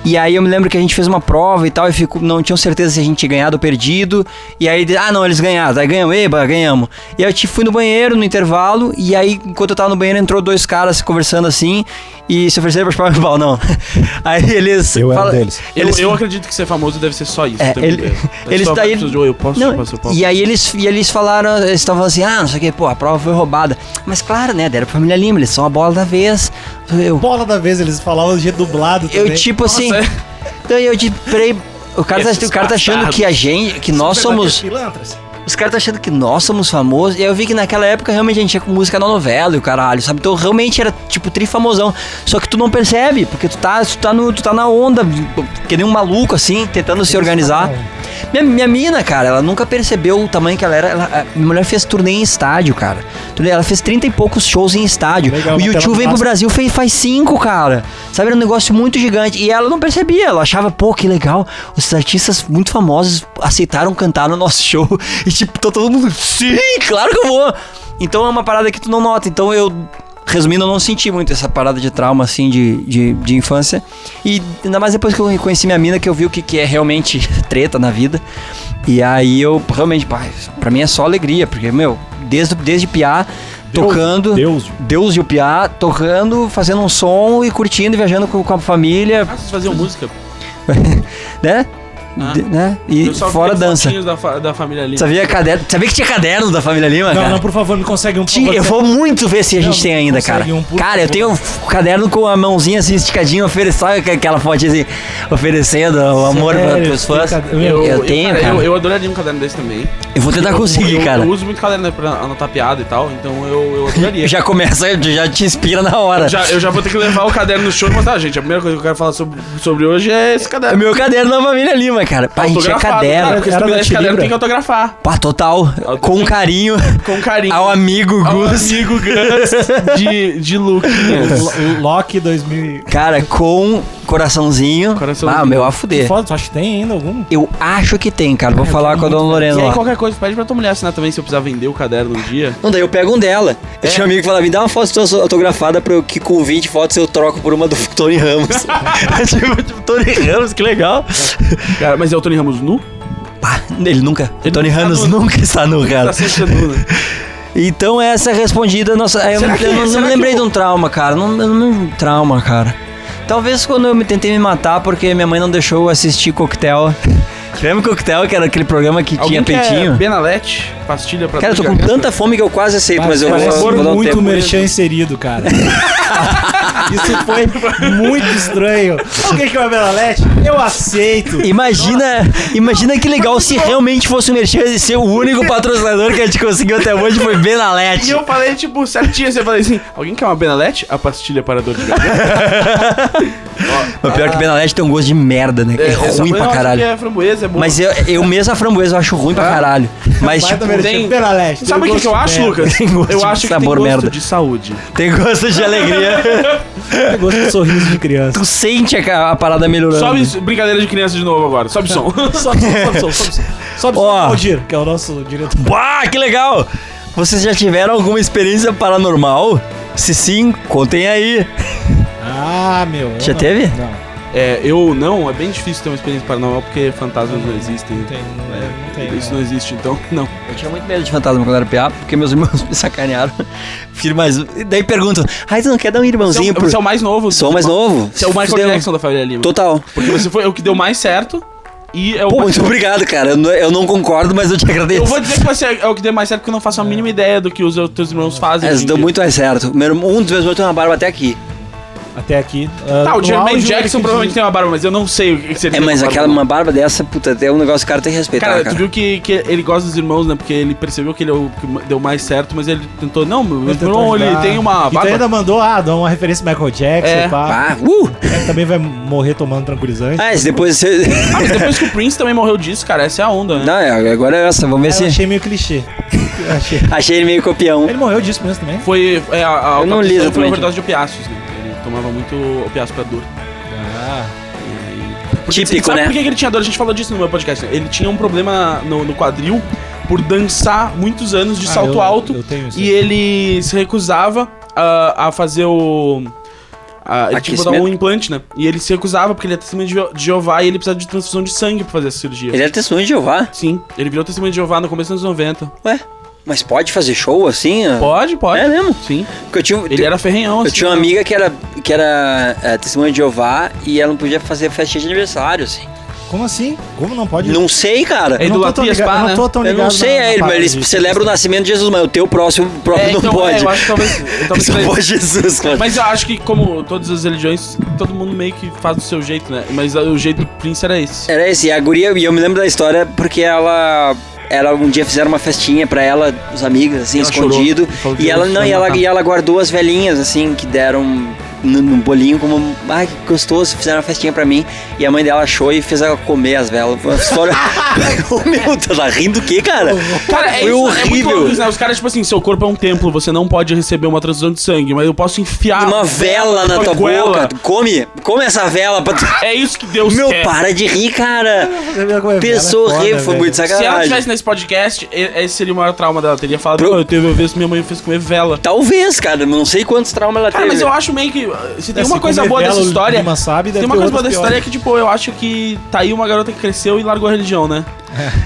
E aí eu me lembro que a gente fez uma prova e tal, e ficou, não tinham certeza se a gente tinha ganhado ou perdido. E aí, ah não, eles ganharam, aí ganhamos, eba, ganhamos. E aí eu te- fui no banheiro, no intervalo, e aí enquanto eu tava no banheiro, entrou dois caras conversando assim, e se ofereceram pra chupar meu pau, não. (laughs) Aí eles... Eu era um fala- deles. Eu, Eles- eu acredito que ser famoso deve ser só isso. É, também, ele- (laughs) né? É eles só daí- pessoas de, "Oi, eu posso Não, chupar seu pau?" e aí eles, e eles falaram, eles estavam assim, ah, não sei o que, pô, a prova foi roubada. Mas claro, né, deram pra família Lima, eles são a bola da vez. Eu, Bola da vez, eles falavam de jeito dublado também. eu tipo assim... Nossa, é. Então eu de peraí, o cara, tá, Esses o cara tá achando bastardos. que a gente, que nós somos, Pilantras. os caras tá achando que nós somos famosos. E aí eu vi que naquela época realmente a gente tinha com música na novela e o caralho, sabe? Então realmente era tipo trifamosão. Só que tu não percebe, porque tu tá, tu tá no, tu tá na onda, que nem um maluco assim, tentando se é organizar. Minha, minha mina, cara, ela nunca percebeu o tamanho que ela era. Ela, a- minha mulher fez turnê em estádio, cara. Turnê- Ela fez 30 e poucos shows em estádio. Legal, o uma YouTube tela vem pro massa. Brasil fez, faz cinco, cara. Sabe, era um negócio muito gigante. E ela não percebia, ela achava, pô, que legal. Os artistas muito famosos aceitaram cantar no nosso show. (laughs) E tipo, tá todo mundo, sim, claro que eu vou. Então é uma parada que tu não nota. Então eu, resumindo, eu não senti muito essa parada de trauma, assim, de, de, de infância. E ainda mais depois que eu conheci minha mina, que eu vi o que, que é realmente (laughs) treta na vida. E aí eu realmente, pai, pra mim é só alegria, porque, meu, desde, desde piá, tocando. Deus. Deus e o Piá tocando, fazendo um som e curtindo, e viajando com, com a família, Ah, vocês faziam música? né? Ah. De- né? E Eu só fora tenho dança. fotinhos Da, fa- da família ali. Sabia, caderno, sabia que tinha caderno da família Lima, Não, cara? não, por favor, me consegue um por Tinha- favor. eu vou muito ver se a gente Não, tem ainda, cara. consegue um, por cara, eu favor. tenho um f- caderno com a mãozinha assim esticadinha, oferecendo aquela foto assim, oferecendo o amor Sério, para os fãs. tem cade- Eu, meu, tenho, cara, cara. tá Eu, eu adoraria um caderno desse também. Eu vou tentar Eu- conseguir, eu, cara. Eu uso muito caderno né, pra anotar piada e tal, então eu, eu adoraria. Já começa, já te inspira na hora. Já- eu já vou ter que levar o caderno no show e mostrar, gente. A primeira coisa que eu quero falar sobre, sobre hoje é esse É caderno. meu caderno da família Lima, cara. Pá, a gente é Autografado, caderno. Cara, porque se tu me der esse Ela te caderno, libra. tem que autografar. Pá, total. Com carinho Com carinho. ao amigo Ao Gus. amigo (laughs) Gus de, de Luquinhas. Lo- Loki 2000. Cara, com coraçãozinho. Coraçãozinho. Ah, meu, a fuder. Foda, tu acha que tem ainda algum? Eu acho que tem, cara. Ah, Vou falar com a dona E Lorena aí, lá. qualquer coisa, pede pra tua mulher assinar também se eu precisar vender o caderno um dia. Não, daí eu pego um dela. Eu É? tinha um amigo que falava, me dá uma foto tua autografada pra eu que com 20 fotos eu troco por uma do (laughs) Tony Ramos. (laughs) tipo, tipo, Tony Ramos, que legal. Cara, mas é o Tony Ramos nu? Pá, ele nunca. Ele Tony não tá Ramos no- nunca está no, Tá cara. sempre nu, né? Então essa é respondida nossa. Eu, Será que- eu não, não será me que lembrei eu- de um trauma, cara. Não, eu não lembro de um trauma, cara. Talvez quando eu me tentei me matar porque minha mãe não deixou eu assistir coquetel. (laughs) Lembra coquetel, que era aquele programa que Alguém tinha quer peitinho? Benalete, pastilha pra Cara, eu dor tô de com garganta? tanta fome que eu quase aceito, mas eu vou, Cara, vou foi dar um muito tempo. merchan inserido, cara. Isso foi muito estranho. Alguém que é uma Belalete? Eu aceito. Imagina, imagina que legal se realmente fosse o Merchan e ser o único patrocinador que a gente conseguiu até hoje foi E Benalete. eu falei, tipo, certinho, assim, eu falei assim, alguém quer uma Benalete? A pastilha para dor de garganta. Mas pior que Benalete tem um gosto de merda, né? É, só ruim falei, pra "Nossa, caralho. que É framboesa, é bom. Ah. Mas eu, eu mesmo a framboesa eu acho ruim pra caralho. Mas Vai da tipo, merchan. tem- Belalete. Sabe o que, que eu acho, Lucas? Tem gosto Eu de acho que tem sabor gosto merda. de saúde. tem gosto de alegria. (laughs) Eu gosto de sorriso de criança. Tu sente a, a parada melhorando. Sobe isso- brincadeira de criança de novo agora. Sobe som. Sobe, sobe, sobe, sobe, sobe. Sobe, Ó. sobe, Valdir, que é o nosso diretor. Bah, que legal! Vocês já tiveram alguma experiência paranormal? Se sim, contem aí. Ah, meu. eu Já não- teve? Não, É, eu não, é bem difícil ter uma experiência paranormal porque fantasmas não existem. não tem, não, É, não tem. né? Isso não. não existe, então não. Eu tinha muito medo de fantasma quando era PA, porque (laughs) meus irmãos me sacanearam. Filho, mas. Daí perguntam: ai, tu não quer dar um Você irmãozinho é o- pro. você é o mais novo. Sou mais novo. Você é o Michael Fudeu. Jackson da família Lima. Total. Porque você foi o que deu mais certo e é o. Pô, muito obrigado, cara. Eu não, eu não concordo, mas eu te agradeço. eu vou dizer que você é o que deu mais certo porque eu não faço a mínima ideia do que os teus irmãos fazem. Mas hoje em deu dia. muito mais certo. Meu irmão- Um dos meus irmãos tem uma barba até aqui. Até aqui. ah, Tá, o Jermaine Jackson provavelmente provavelmente tem uma barba, mas eu não sei o que que seria. É, mas aquela uma barba dessa, puta, é um negócio que o cara tem que respeitar, Cara, cara. tu viu que, que ele gosta dos irmãos, né? Porque ele percebeu que ele é o que deu mais certo, mas ele tentou. Não, meu irmão, ele tem uma E tu barba. ainda mandou, ah, dá uma referência ao Michael Jackson, É. pá. Pá, uh! Ele também vai morrer tomando tranquilizante. Ah, esse depois você... (laughs) Ah, mas depois que o Prince também morreu disso, cara, essa é a onda, né? Não, é, agora é essa, vamos ver Eu se... achei meio clichê. Eu achei. Achei ele meio copião. Ele morreu disso mesmo também? Foi. É, a, a Eu não autopsia li foi uma exatamente. overdose de opiáceos, né? Ele tomava muito opiáceo pra dor. Ah. Porque- Típico, sabe né? por que que ele tinha dor? A gente falou disso no meu podcast. né? Ele tinha um problema no, no quadril por dançar muitos anos de Ah, salto eu- alto. eu tenho isso e aí. ele se recusava ah, a, a fazer o. A, ele tinha que botar Aquecimento? um implante, né? E ele se recusava porque ele é testemunho de Jeho- de Jeová e ele precisava de transfusão de sangue pra fazer essa cirurgia. Ele é testemunho de Jeová. Sim, ele virou testemunho de Jeová no começo dos anos 90. Ué, mas pode fazer show assim? Pode, pode. É mesmo? Sim. Porque eu tinha, um- Ele era ferrenhão, assim, né? eu tinha uma amiga que era, que era é, testemunha de Jeová e ela não podia fazer festinha de aniversário, assim. Como assim? Como não pode? Não sei, cara. É Eu não tô tão idolatria ligado- spa, eu né? não tô tão Eu ligado. não sei, na- na é, mas parada eles disso. celebram o (laughs) nascimento de Jesus, mas o teu próximo, o próprio É, não então, é, pode. eu acho que talvez. (laughs) talvez Só pode Jesus, cara. Mas eu acho que, como todas as religiões, todo mundo meio que faz do seu jeito, né? Mas ah, o jeito do Prince era esse. Era esse, e a guria, e eu me lembro da história porque ela. Ela um dia fizeram uma festinha pra ela, os amigos, assim, Ela escondido. chorou, falou que E ela Deus não, vai e ela, matar. e ela guardou as velhinhas, assim, que deram no, no bolinho como. Ai, que gostoso, fizeram uma festinha pra mim. E a mãe dela achou e fez ela comer as velas. Foi Uma (laughs) história. (laughs) Ô, meu, tu tá rindo do que, cara? Cara, é Foi isso, né? É muito horrível. louco isso, né? Os caras, tipo assim, seu corpo é um templo, você não pode receber uma transfusão de sangue, mas eu posso enfiar Uma vela na tua Ah, goela. boca. Come, come essa vela pra tu. É isso que Deus Meu, quer. para de rir, cara. Pensou Ela é rir, foda, foi velho. muito Se ela sacanagem. estivesse nesse podcast, e- esse seria o maior trauma dela. Teria falado, Pro- "Pô, eu teve uma vez que minha mãe fez comer vela. Talvez, cara, não sei quantos traumas ela Cara, teve. mas eu acho meio que. ah, Se tem É, uma se coisa comer boa vela, dessa o história. Lima sabe, se deve tem uma ter coisa boa outras dessa história é que, tipo, eu acho que tá aí uma garota que cresceu e largou a religião, né?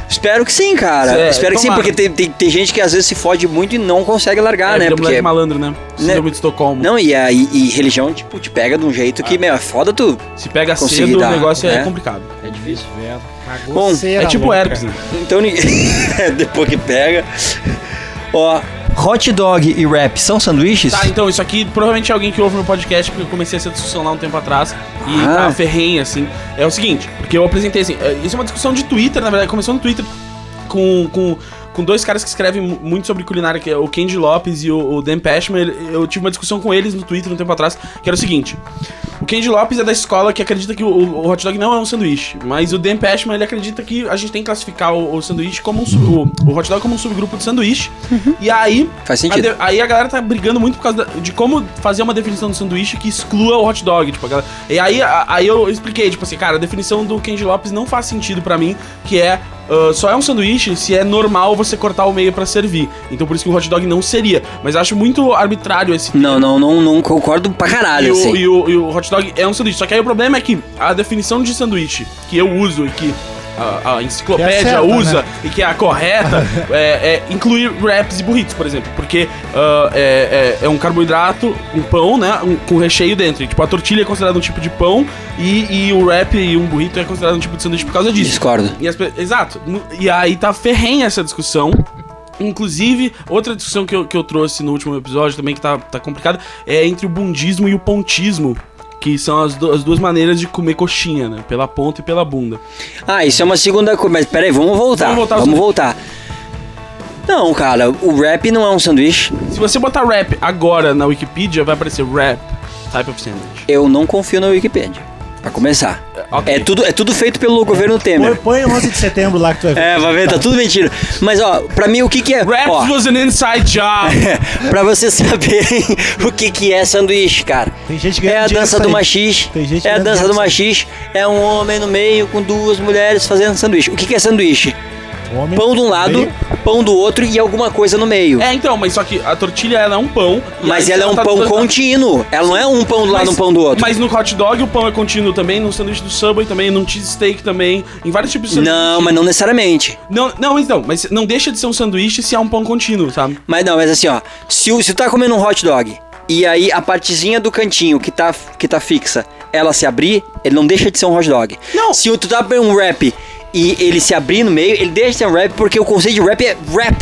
Espero que sim, cara. É, Espero que sim, tomara. porque tem, tem, tem gente que às vezes se fode muito e não consegue largar, é, né? vira Porque. moleque malandro, né? Síndrome de Estocolmo. Não, e, a, e, e religião, tipo, te pega de um jeito Ah. que, meu, é foda tu. Se pega Conseguir cedo, dar, o negócio é né? complicado. É difícil. Cagou Bom, cera É tipo louca. herpes, né? Então ninguém. (laughs) Depois que pega. Ó, Hot dog e rap são sanduíches? Tá, então isso aqui provavelmente é alguém que ouve meu podcast, porque eu comecei essa discussão lá um tempo atrás e Ah. tá ferrenha, assim. É o seguinte, porque eu apresentei assim, é, isso é uma discussão de Twitter, na verdade, começou no Twitter. com, com, com dois caras que escrevem mu- muito sobre culinária, que é o Candy Lopes e o, o Dan Pashman. Ele- Eu tive uma discussão com eles no Twitter um tempo atrás, que era o seguinte. O Candy Lopes é da escola que acredita que o, o hot dog não é um sanduíche, mas o Dan Pashman ele acredita que a gente tem que classificar o, o sanduíche como um sub- o, o hot dog como um subgrupo de sanduíche. E aí Faz a sentido. de- aí a galera tá brigando muito por causa da- de como fazer uma definição do sanduíche que exclua o hot dog. Tipo, a galera- e aí, a- aí eu expliquei, tipo assim, cara, a definição do Candy Lopes não faz sentido pra mim, que é ah, só é um sanduíche se é normal você cortar o meio pra servir. Então por isso que o hot dog não seria. Mas eu acho muito arbitrário esse Não, não, não, não concordo pra e caralho, o, assim. e o- e o hot dog é um sanduíche. Só que aí o problema é que a definição de sanduíche que eu uso e que a, a enciclopédia Que é certa, usa e que é (laughs) a correta é, é incluir wraps e burritos, por exemplo. Porque ah, é, é- é um carboidrato, um pão, né? um- com recheio dentro. E, tipo, a tortilha é considerada um tipo de pão e, e o wrap e um burrito é considerado um tipo de sanduíche por causa disso. Discordo. E as pe- exato. Mu- E aí tá ferrenha essa discussão. Inclusive, outra discussão que eu, que eu trouxe no último episódio também, que tá, tá complicada, é entre o bundismo e o pontismo. Que são as, du- as duas maneiras de comer coxinha, né? Pela ponta e pela bunda. Ah, isso é uma segunda coisa. Mas peraí, vamos voltar. Vamos Vamos voltar voltar. ao Não, cara, o rap não é um sanduíche. Se você botar rap agora na Wikipedia, vai aparecer rap type of sandwich. Eu não confio na Wikipedia. Pra começar. ok. É, tudo, é tudo feito pelo governo Põe, Temer. põe 11 de setembro lá que tu vai (laughs) ver. É, vai ver, tá tudo mentira. Mas ó, pra mim o que que é. Rap ó, was an inside job. (laughs) pra vocês saberem (laughs) o que que é sanduíche, cara. Tem gente É ganhando a dinheiro dança com do isso aí. machis. Tem gente É a ganhando dança dinheiro do com machis. É um homem no meio com duas mulheres fazendo sanduíche. O que que é sanduíche? Tá. Homem, Pão de um lado, pão do outro e alguma coisa no meio. é, então, mas só que a tortilha, ela é um pão. e Mas aí ela é um tá pão todas- contínuo. Ela não é um pão do lado e um pão do outro. Mas no hot dog o pão é contínuo também, no sanduíche do Subway também, num cheesesteak também, em vários tipos de sanduíche. Não, mas não necessariamente. Não, não, então, mas não deixa de ser um sanduíche se é um pão contínuo, sabe? Mas não, mas assim, ó. Se, o- se tu tá comendo um hot dog e aí a partezinha do cantinho que tá, que tá fixa, ela se abrir, ele não deixa de ser um hot dog. Não. Se o- tu tá comendo um wrap e ele se abrir no meio, ele deixa de ser um wrap porque o conceito de wrap é wrap.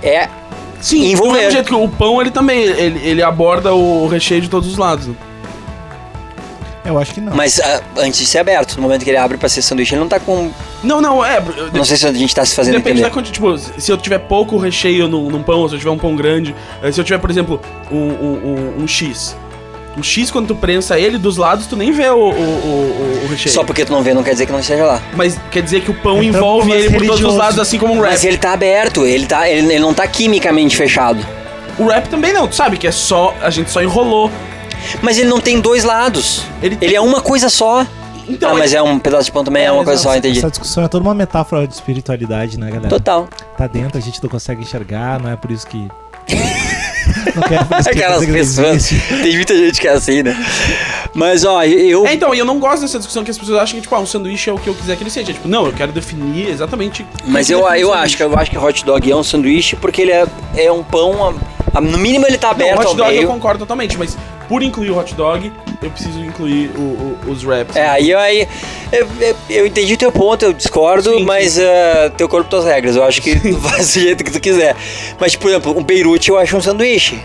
É. Sim, envolver. do mesmo jeito que o pão, ele também, ele, ele aborda o recheio de todos os lados. Eu acho que não. Mas ah, antes de ser aberto, no momento que ele abre pra ser sanduíche, ele não tá com. Não, não, é... br- Não sei se a gente tá se fazendo Depende da entender. quantidade, tipo, se eu tiver pouco recheio num, num pão, ou se eu tiver um pão grande, eh, se eu tiver, por exemplo, um, um, um, um X. Um X, quando tu prensa ele, dos lados tu nem vê o, o, o- o- o recheio. Só porque tu não vê, não quer dizer que não esteja lá. Mas quer dizer que o pão Então, envolve mas ele por todos os religioso. lados, assim como um Mas wrap. ele tá aberto, ele, tá, ele, ele não tá quimicamente fechado. O wrap também não, tu sabe que é só... A gente só enrolou. Mas ele não tem dois lados. Ele Ele, tem- é uma coisa só. Então, ah, mas é um pedaço de pão também, é, É, uma coisa exato. só, entendi. Essa discussão é toda uma metáfora de espiritualidade, né, galera? Total. Tá dentro, a gente não consegue enxergar, não é por (laughs) isso que. não quer por isso que Aquelas dizer que não pessoas. existe. (laughs) Tem muita gente que é assim, né? Mas ó, eu. É, então, e eu não gosto dessa discussão que as pessoas acham que, tipo, ah, um sanduíche é o que eu quiser que ele seja. Tipo, não, eu quero definir exatamente. Mas eu, eu acho que eu acho que hot dog é um sanduíche porque ele é, é um pão. a- a- no mínimo ele tá um Não, aberto hot ao dog eu meio. concordo totalmente, mas por incluir o hot dog, eu preciso incluir o- o- os wraps. É, aí, eu- aí eu, eu, eu entendi o teu ponto, eu discordo, Sim, sim. mas ah, teu corpo, tuas regras. Eu acho que tu (laughs) faz do jeito que tu quiser. Mas, por exemplo, o Beirute eu acho um sanduíche.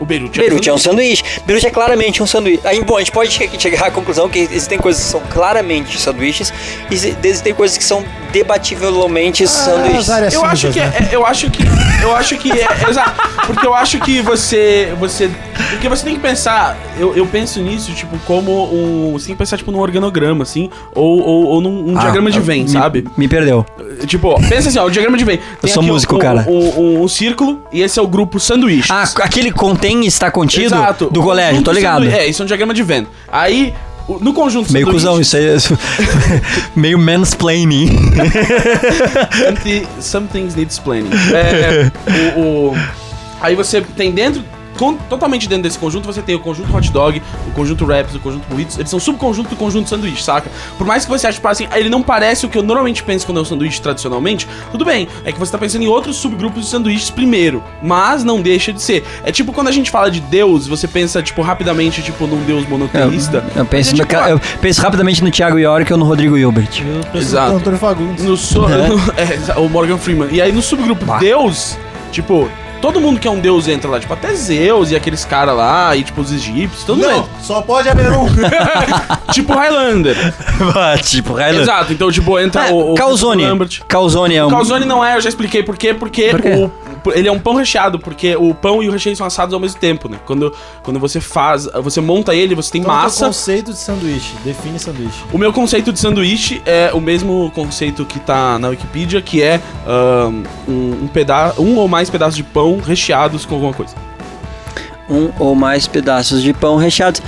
O Beirute é Beirute é um sanduíche. Beirute é claramente um sanduíche. Aí, bom, a gente pode che- chegar à conclusão que existem coisas que são claramente sanduíches e se- existem coisas que são Ah, debativelmente sanduíches. as áreas Eu acho um cinzas, que é, né? é- eu acho que eu acho que é, (laughs) é exato, porque eu acho que você você porque você tem que pensar, eu, eu penso nisso tipo como um, você tem que pensar tipo num organograma assim, ou ou, ou num um Ah, diagrama de ah, Venn, me- sabe? Me perdeu. Tipo, ó, pensa assim, ó, o diagrama de Venn. Tem sou aqui o- músico, o- cara. O, o- o círculo e esse é o grupo sanduíche. Ah, aquele contém e está contido do colégio, tô Conjunto ligado. sanduí- É, isso é um diagrama de Venn. Aí, o- no conjunto Meio sanduíche- cuzão, isso aí. é Isso... (laughs) Meio mansplaining. Empty- Some things need explaining. É, é, o, o- aí você tem dentro, con- totalmente dentro desse conjunto, você tem o conjunto hot dog, o conjunto wraps, o conjunto burritos. Eles são subconjunto do conjunto sanduíche, saca? Por mais que você ache, tipo assim, ah, ele não parece o que eu normalmente penso quando é um sanduíche tradicionalmente, tudo bem. É que você tá pensando em outros subgrupos de sanduíches primeiro, mas não deixa de ser. É tipo quando a gente fala de Deus, você pensa, tipo, rapidamente, tipo, num Deus monoteísta. Eu penso, Mas, no tipo, ca- eu penso rapidamente no Thiago York ou no Rodrigo Hilbert. (laughs) Eu penso Exato. no Antônio Fagundes. (laughs) No so... Né? no- é, exa- o Morgan Freeman. E aí no subgrupo Bah. Deus, tipo, Todo mundo que é um deus entra lá, tipo, até Zeus e aqueles caras lá, e tipo, os egípcios, todo mundo Não, entra. só pode haver (laughs) um. Então, Tipo Highlander. tipo, Highland. Exato, então, tipo, entra Ah, o, o. Calzone. Lambert. Calzone é um. O calzone não é, eu já expliquei por quê, porque Por quê? o- ele é um pão recheado, porque o pão e o recheio são assados ao mesmo tempo, né? Quando, quando você faz, você monta ele, você tem Então, massa. teu conceito de sanduíche. Define sanduíche. O meu conceito de sanduíche é o mesmo conceito que tá na Wikipedia, que é ahn, um, um pedaço, um ou mais pedaços de pão recheados com alguma coisa. um ou mais pedaços de pão recheados.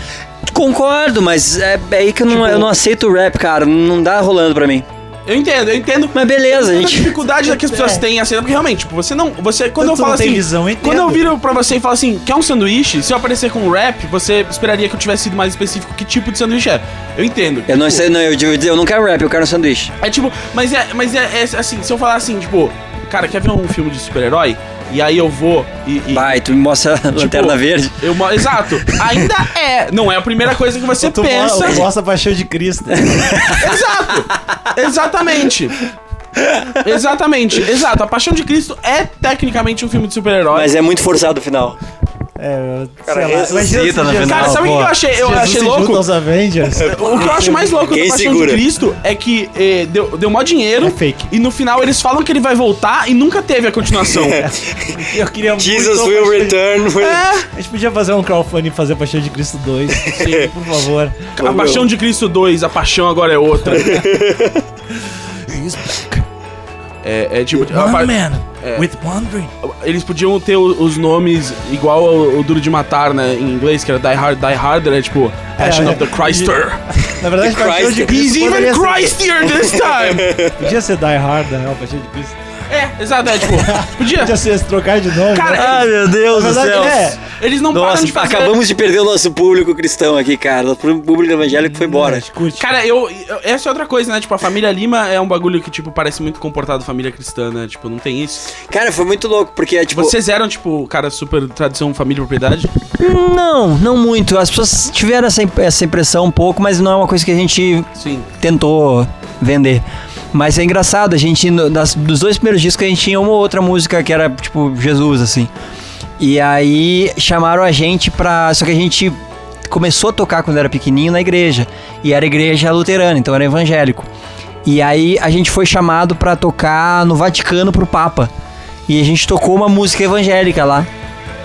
Concordo, mas é, é aí que eu não, Tipo- eu não aceito o rap, cara. Não dá rolando pra mim. Eu entendo, eu entendo. Mas beleza, a gente. (laughs) dificuldade que as pessoas têm assim, porque realmente, tipo, você não, você quando eu Tu falo não tem assim, visão, eu Quando eu entendo. viro pra você e falo assim, quer um sanduíche? Se eu aparecer com um rap, você esperaria que eu tivesse sido mais específico que tipo de sanduíche é. Eu entendo. Eu não Tipo, sei, não, eu digo, eu não quero rap, eu quero um sanduíche. É tipo, mas é, mas é, é assim, se eu falar assim, tipo, cara, quer ver um filme de super-herói? E aí eu vou e. e- Vai, tu me mostra a lanterna verde. Eu, mo- exato. Ainda é. Não é a primeira coisa que você Tu pensa. mo- mostra a paixão (laughs) de Cristo. Exato! Exatamente! Exatamente, exato. A Paixão de Cristo é tecnicamente um filme de super-herói. Mas é muito forçado o final. É, Cara, sei lá. ressuscita Imagina se no Jesus- final. Cara, sabe o que eu achei? Eu Jesus achei se louco. junta (laughs) aos Avengers. O que eu acho mais louco Quem da Paixão segura? de Cristo é que eh, deu, deu mó dinheiro É fake. e no final eles falam que ele vai voltar e nunca teve (laughs) a continuação. É, Eu queria Jesus muito- will return. A gente podia fazer um crowdfunding e fazer Paixão de Cristo (laughs) 2. Sim, por favor. a Paixão de Cristo 2, a paixão agora (laughs) é outra. É, é tipo. a pa- with one dream. Eles podiam ter o- os nomes igual ao, ao Duro de Matar, né? Em inglês, que era Die Hard, Die Harder, é tipo Passion É, of the Christer. Na verdade, The Paixão de Christ. Cristo He's even poderia ser- Christier this time! Podia ser Die Hard, na real, Paixão de Cristo. é, exato, é tipo. (laughs) Podia. Podia ser se trocar de nome. Cara, né? Ai, Ah, meu Deus na do céu. verdade, é. Eles não param Nossa, de fazer. acabamos de perder o nosso público cristão aqui, cara. O público evangélico foi embora. Escute. Cara, eu, eu- Essa é outra coisa, né? Tipo, a família Lima é um bagulho que, tipo, parece muito comportado família cristã, né? Tipo, não tem isso. Cara, foi muito louco, porque é tipo. Vocês eram, tipo, cara, super tradição, família e propriedade. Não, não muito. As pessoas tiveram essa, imp- essa impressão um pouco, mas não é uma coisa que a gente Sim. tentou vender. Mas é engraçado, a gente, no- das, dos dois primeiros discos, a gente tinha uma ou outra música que era tipo Jesus, assim. E aí chamaram a gente pra. Só que a gente começou a tocar quando era pequenininho na igreja. E era igreja luterana, então era evangélico. E aí a gente foi chamado pra tocar no Vaticano pro Papa. E a gente tocou uma música evangélica lá.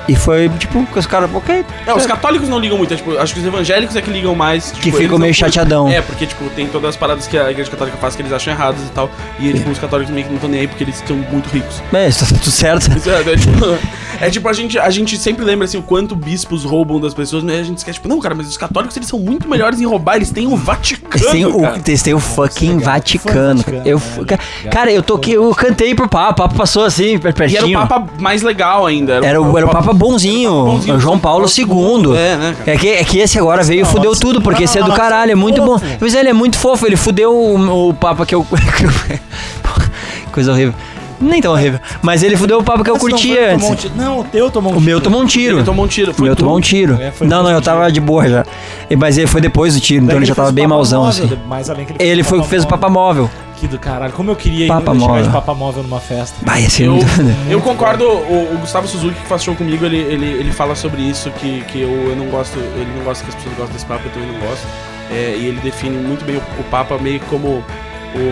E foi tipo, que os caras, ok, É, os católicos não ligam muito, é, tipo, acho que os evangélicos é que ligam mais. tipo, que eles ficou não meio curtem. chateadão. É, porque, tipo, tem todas as paradas que a igreja católica faz que eles acham erradas e tal. E, tipo, os católicos meio que não estão nem aí porque eles são muito ricos. (laughs) É, isso tá tudo certo. Isso É, é, tipo, é tipo, a gente, a gente sempre lembra, assim, o quanto bispos roubam das pessoas, mas a gente esquece, tipo, não, cara, mas os católicos, eles são muito melhores em roubar, eles têm o Vaticano, Eles têm cara. o, eles têm o fucking Vaticano. Vaticano, Eu, fu- ca- cara, eu toquei, eu cantei pro Papa, o Papa passou assim, per- E era o pertinho. Papa mais legal ainda. Era o, era o Papa bonzinho, bonzinho, o João Paulo II. É, né, cara? É que, é que esse agora veio e fudeu tudo, porque esse é do caralho, é muito bom. Mas ele é muito fofo, ele fudeu o, o Papa que eu. (laughs) que eu- Coisa horrível. Nem tão horrível. Mas ele fudeu o Papa que eu Mas não foi curtia que tomou um antes. tiro. Não, o teu tomou um O meu tiro. tomou um Ele tiro. tomou um tiro. O meu tu. tomou um tiro. É, foi Não, não, eu tu. tava de boa já. E- Mas ele foi depois do tiro, então ele já tava fez bem Papa mauzão, Móvel, assim. mais além que ele Ele foi o que fez o Papa Móvel. Que do caralho. Como eu queria ir Papa chegar de Móvel. Papa Móvel numa festa. Vai, ia ser (laughs) Eu, muito. eu concordo, o, o Gustavo Suzuki que faz show comigo, ele, ele, ele fala sobre isso, que, que eu, eu não gosto, ele não gosta que as pessoas gostam desse Papa, eu também não gosto. É, e ele define muito bem o, o Papa meio como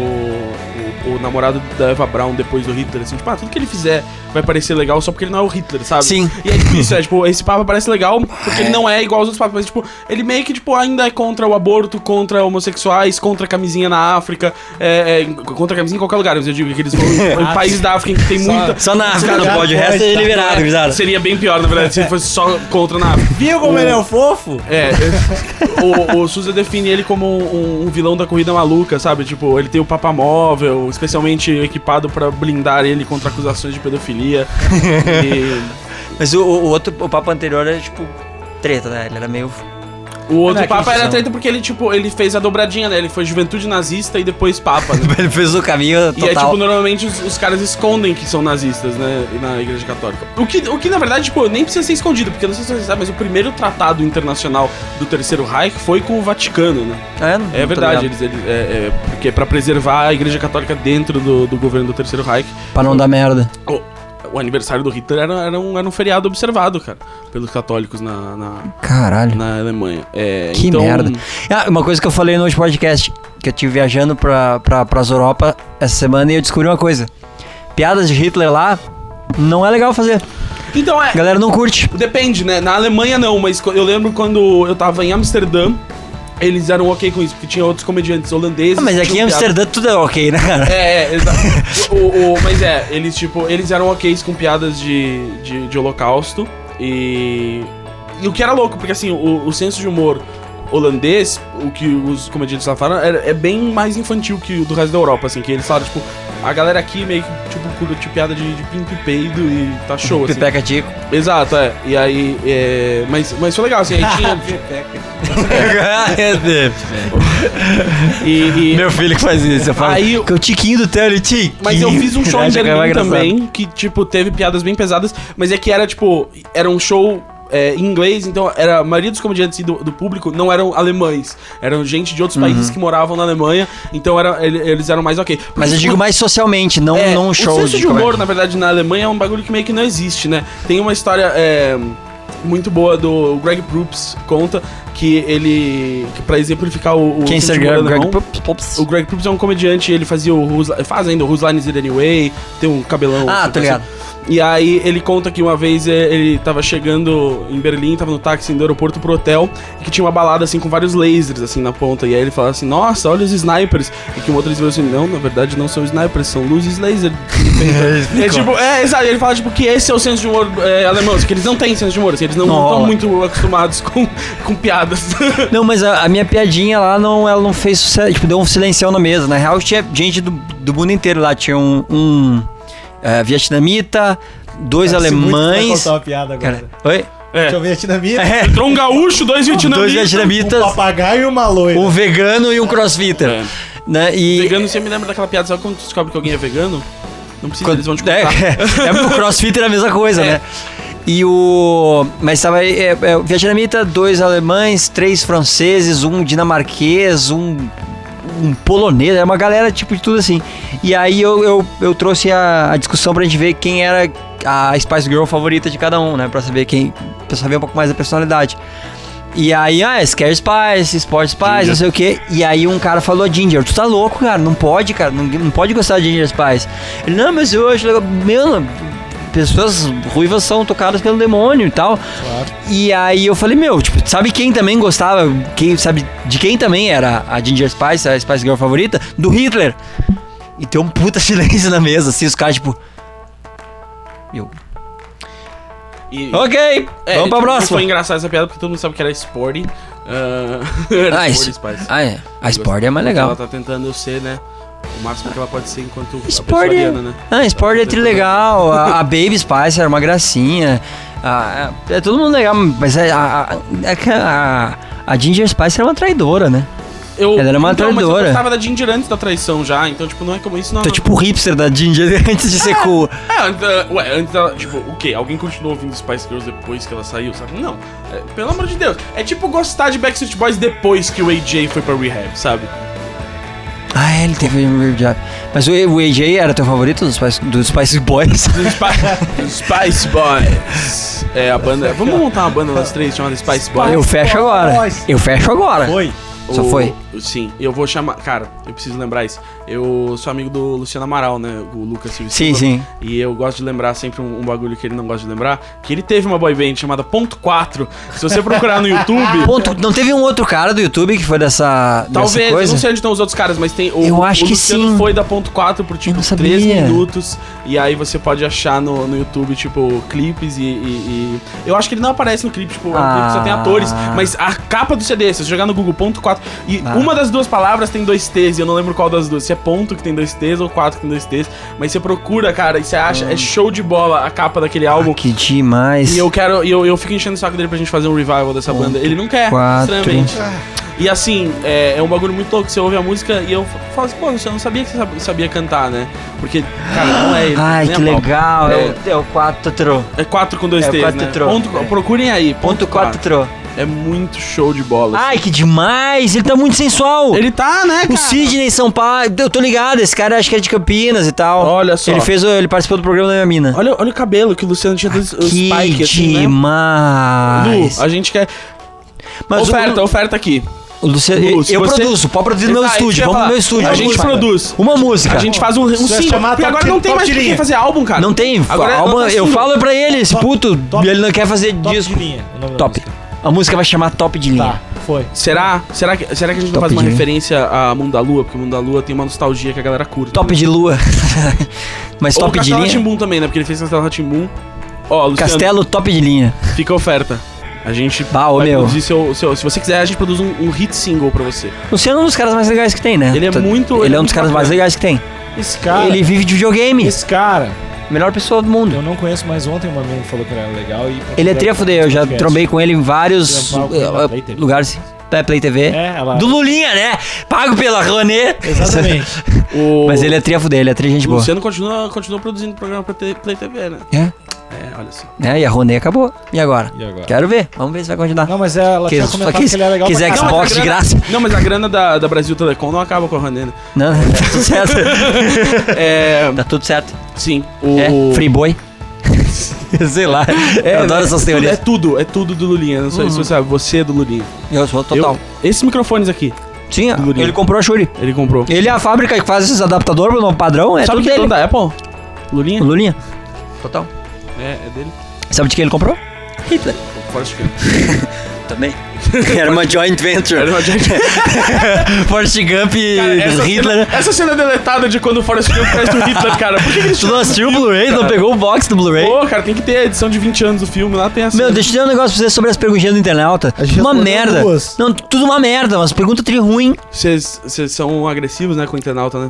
o, o, o namorado da Eva Brown depois do Hitler, assim, tipo, ah, tudo que ele fizer vai parecer legal só porque ele não é o Hitler, sabe? Sim. E é difícil, é, tipo, esse Papa parece legal porque ele não é igual aos outros papas, mas, tipo, ele meio que, tipo, ainda é contra o aborto, contra homossexuais, contra a camisinha na África, é, é, contra a camisinha em qualquer lugar, mas eu digo que eles vão em países da África em que tem muita... Só na África não pode, o resto é liberado, É, bizarro. Seria bem pior, na verdade, se fosse só contra na África. Viu como Hum. ele é o fofo? É, o, o Souza define ele como um, um vilão da corrida maluca, sabe? Tipo, ele tem o Papa Móvel, especialmente equipado pra blindar ele contra acusações de (laughs) pedofilia. E Mas o, o outro, o papo anterior era tipo treta, né? Ele era meio. (laughs) o outro Não, é que Papa era são- treta porque ele, tipo, ele fez a dobradinha, né? Ele foi juventude nazista e depois Papa, né? Ele fez o caminho E é tipo, total. normalmente os, os caras escondem que são nazistas, né? Na igreja católica. O que, o que, na verdade, tipo, nem precisa ser escondido, porque eu não sei se vocês sabem, mas o primeiro tratado internacional do Terceiro Reich foi com o Vaticano, né? É, não É tô verdade, ligado. eles, eles- é, é, porque para preservar a Igreja Católica dentro do, do governo do Terceiro Reich, Pra não dar merda. o, o aniversário do Hitler era, era um, era um feriado observado, cara, pelos católicos na, na, Caralho. na Alemanha. É, Que então, merda. Ah, uma coisa que eu falei no último podcast, que eu tive viajando pra, pra, pras Europa essa semana e eu descobri uma coisa. Piadas de Hitler lá não é legal fazer. Então é. A galera não curte. Depende, né? Na Alemanha não, mas co- eu lembro quando eu tava em Amsterdã, eles eram ok com isso, porque tinha outros comediantes holandeses. Ah, mas que aqui em tinham um piada. Amsterdã tudo é ok, né, cara? É, é, exato. (laughs) O- o- mas é, eles tipo, eles eram ok com piadas de, de, de holocausto. E. E o que era louco, porque assim, o, o senso de humor holandês, o que os comediantes lá falam, é, é bem mais infantil que o do resto da Europa, assim, que eles falam, tipo, a galera aqui meio que, tipo, curte piada de, de pinto e peido e (laughs) tá show, assim. Pipeca Tico. Exato, é. E aí. é, Mas, mas foi legal, assim, aí (laughs) tinha. É, e, e- Meu filho que faz isso. Eu falo Aí o- que é o tiquinho do Theo, ele tiquinho. Mas eu fiz um show em Acho que é mais Berlim engraçado. também, que, tipo, teve piadas bem pesadas, mas é que era, tipo, era um show é, em inglês, então era, a maioria dos comediantes do, do público não eram alemães, eram gente de Uhum. outros países que moravam na Alemanha, então era, ele- eles eram mais ok. Mas eu digo mais socialmente, não, É, não o shows senso de humor, comédia. na verdade, na Alemanha é um bagulho que meio que não existe, né? Tem uma história é, muito boa do Greg Proops conta que ele, que pra exemplificar o, o Quem senso ser de humor né? Greg, alemão, Greg Pops- Pops? o Greg Proops é um comediante, ele fazia o Who's, Li- faz ainda o Who's Line Is It Anyway, tem um cabelão. Ah, assim, tô ligado. assim. E aí ele conta que uma vez eh, ele tava chegando em Berlim, tava no táxi indo do aeroporto pro hotel, e que tinha uma balada assim com vários lasers assim na ponta. E aí ele fala assim, nossa, olha os snipers. E que um outro falou assim, não, na verdade não são snipers, são (laughs) luzes laser. é tipo, é, exato, ele fala tipo que esse é o senso de humor eh, alemão, assim, que eles não têm senso de humor, assim, eles não Nossa. estão muito acostumados com, com piadas. (laughs) Não, mas a, a minha piadinha lá não, ela não fez sucesso. Tipo, deu um silencião na mesa. Na real, tinha gente do, do mundo inteiro lá. Tinha um, um, eh, vietnamita, dois alemães. contar uma piada agora. Cara, oi? Deixa eu ver (laughs) a dinamite. É, Entrou um gaúcho, dois dois vietnamitas. Um vietnamitas, papagaio e uma loira. um vegano e um crossfitter. É. Né? E, Vegano, você me lembra daquela piada, sabe quando tu descobre que alguém é vegano? Não precisa, eles vão te É, contar. É. é, porque o crossfit era a mesma coisa, né? E o. Mas tava aí. É, é, o vietnamita, dois alemães, três franceses, um dinamarquês, um. Um polonês, era uma galera tipo de tudo assim. E aí eu, eu, eu trouxe a, a discussão pra gente ver quem era a Spice Girl favorita de cada um, né? Pra saber quem. Pra saber um pouco mais da personalidade. E aí, ah, Scare Spice, Sport Spice, não sei o quê. E aí um cara falou, Ginger, tu tá louco, cara, não pode, cara, não, não pode gostar de Ginger Spice. Ele, não, mas eu acho legal. Meu, pessoas ruivas são tocadas pelo demônio e tal. E aí eu falei, meu, tipo, sabe quem também gostava, quem sabe de quem também era a Ginger Spice, a Spice Girl favorita? Do Hitler. E tem um puta (laughs) silêncio na mesa, assim, os caras, tipo, E- ok, é, vamos pra tipo, próxima. Foi engraçado essa piada porque todo mundo sabe que era Sporty. Ah, (laughs) era Ah, Sporty isso. Spice. Ah, é. A Sport é mais legal. Ela tá tentando ser, né? O máximo que ela pode ser enquanto a pessoa Sport é... ariana, né? Ah, Sport é trilegal. A, a Baby Spice era uma gracinha. A- a- é todo mundo legal, mas é- a, a, é que a- a Ginger Spice era uma traidora, né? Eu, Ela era uma então, mas eu traidora. gostava da Ginger antes da traição já, então, tipo, não é como isso, não. Tô tipo o hipster da Ginger antes de ser cool. É, antes da- ué, antes da, tipo, o quê? Alguém continuou ouvindo Spice Girls depois que ela saiu, sabe? Não. É, pelo amor de Deus. É tipo gostar de Backstreet Boys depois que o AJ foi pra Rehab, sabe? Ah, é, ele teve um weird job. Mas o, o AJ era teu favorito dos Spice, dos Spice Boys? Dos Spice, dos Spice Boys. É, a banda. Vamos montar uma banda nós três chamada Spice Boys. Eu fecho agora. Boys. Eu fecho agora. Foi. Só O- foi. Sim, eu vou chamar. Cara, eu preciso lembrar isso. Eu sou amigo do Luciano Amaral, né? O Lucas Silva. Sim, Silva. sim. E eu gosto de lembrar sempre um, um bagulho que ele não gosta de lembrar: que ele teve uma boy band chamada Ponto 4. Se você procurar (laughs) no YouTube. Ponto, não teve um outro cara do YouTube que foi dessa, dessa Talvez, eu coisa? não sei onde estão os outros caras, mas tem o, Eu acho o que Luciano sim. foi da ponto 4 por tipo não 3 sabia. minutos. E aí você pode achar no, no YouTube, tipo, clipes e, e- e- Eu acho que ele não aparece no clipe, tipo, é um clipe que só tem Ah. atores. Mas a capa do CD, se você jogar no Google ponto 4. E Ah. uma das duas palavras tem dois T's, e eu não lembro qual das duas. Se é ponto que tem dois T's ou 4 que tem dois T's. Mas você procura, cara, e você Ah. acha, é show de bola a capa daquele álbum. Que demais. E eu quero. E eu, eu fico enchendo o saco dele pra gente fazer um revival dessa banda. Ele não quer, quatro. estranhamente. E assim, é, é um bagulho muito louco. Você ouve a música e eu falo assim, pô, você não sabia que você sab- sabia cantar, né? Porque, cara, não é ele. Ai, nem a que pau. legal. É, É o 4 tro. é 4 com dois É, T's, quatro né? tro. Ponto- É. Procurem aí. Ponto 4 tro. é muito show de bola. assim. Ai, que demais! Ele tá muito sensual! Ele tá, né, O cara? Sidney Sampaio, eu tô ligado, esse cara acho que é de Campinas e tal. Olha só. Ele fez, o- ele participou do programa da minha mina. Olha, olha o cabelo que o Luciano tinha dos os que spike, assim, né? Lu, demais! a gente quer... Mas o- oferta, oferta aqui. o Luciano, Lu, se eu você- produzo, pode produzir no meu Exato, isso que estúdio, eu ia vamos falar. pro meu estúdio. A gente Vamos. produz. Uma música. A gente faz um, um é single, chamar porque top- agora não tem top mais de pra quem linha. fazer álbum, cara. Não tem. Agora Alma- não tá eu single. falo pra ele, esse puto, top- ele não quer fazer Top disco. de linha. o nome da Top. música. A música vai chamar Top de Linha. Tá, foi. Será? Será que, será que a gente não Top faz uma de linha. referência a Mundo da Lua? Porque o Mundo da Lua tem uma nostalgia que a galera curte. Top de Lua. (laughs) Mas Ou Top de Castelo Linha. Rá-Tim-Bum também, né? Porque ele fez Castelo Ratimbum. Ó, Luciano, Castelo Top de Linha. fica a oferta. A gente Bah, ô, vai meu. produzir seu, seu- Se você quiser, a gente produz um, um hit single pra você. Luciano é um dos caras mais legais que tem, né? Ele é Tá- muito- Ele ele é é um dos muito caras mais bacana. legais que tem. Esse cara. ele vive de videogame. Esse cara, Melhor pessoa do mundo. eu não conheço mais ontem, uma menina falou que ele era legal e. Ele é tria fuder, eu já Podcast. trombei com ele em vários Trampava com ele na eh, Play TV. lugares. É, Play TV. É, ela. Do Lulinha, né? Pago pela Ronê. (laughs) Exatamente. O Mas ele é tria fuder, ele é tria gente o boa. Luciano continua, continua produzindo programa pra te- Play TV, né? É. É, olha só. É, e a Ronê acabou. E agora? E agora? Quero ver. Vamos ver se vai continuar. Não, mas ela Que- tinha só comentado que- que, ele é legal que pra Zack caralho. Xbox de graça. Não, mas a grana da, da Brasil Telecom não acaba com a René, né? Não, (laughs) não, tá tudo certo. (laughs) É. tá tudo certo. Sim. O, É, Freeboy. (laughs) Sei lá. É, eu adoro né? essas Tudo- É teorias. tudo, é tudo do Lulinha. Não sei se você sabe, você é do Lulinha. Eu sou total. Eu- esses microfones aqui, Sim, Lulinha. ele comprou a Shuri. ele comprou. Ele é a fábrica que faz esses adaptadores pro novo padrão. É sabe tudo que é dono dele. da Apple? Lulinha? Lulinha. Total. É, é dele. Sabe de quem ele comprou? Hitler. (laughs) Forrest Gump. Também. Era uma joint venture. Era uma Jack- (laughs) Forrest Gump e Cara, essa Hitler. Cena, é essa cena deletada de quando o Forrest Gump parece o Hitler, cara. Por que, que eles Tu não assistiu o Blu-ray? Não pegou o box do Blu-ray? Pô, cara, tem que ter a edição de 20 anos do filme, lá tem essa. Meu, deixa eu dizer um negócio pra vocês sobre as perguntinhas do internauta. gente Uma respondeu merda. duas. Não, tudo uma merda, mas pergunta tri ruim. Vocês vocês são agressivos, né, com o internauta, né?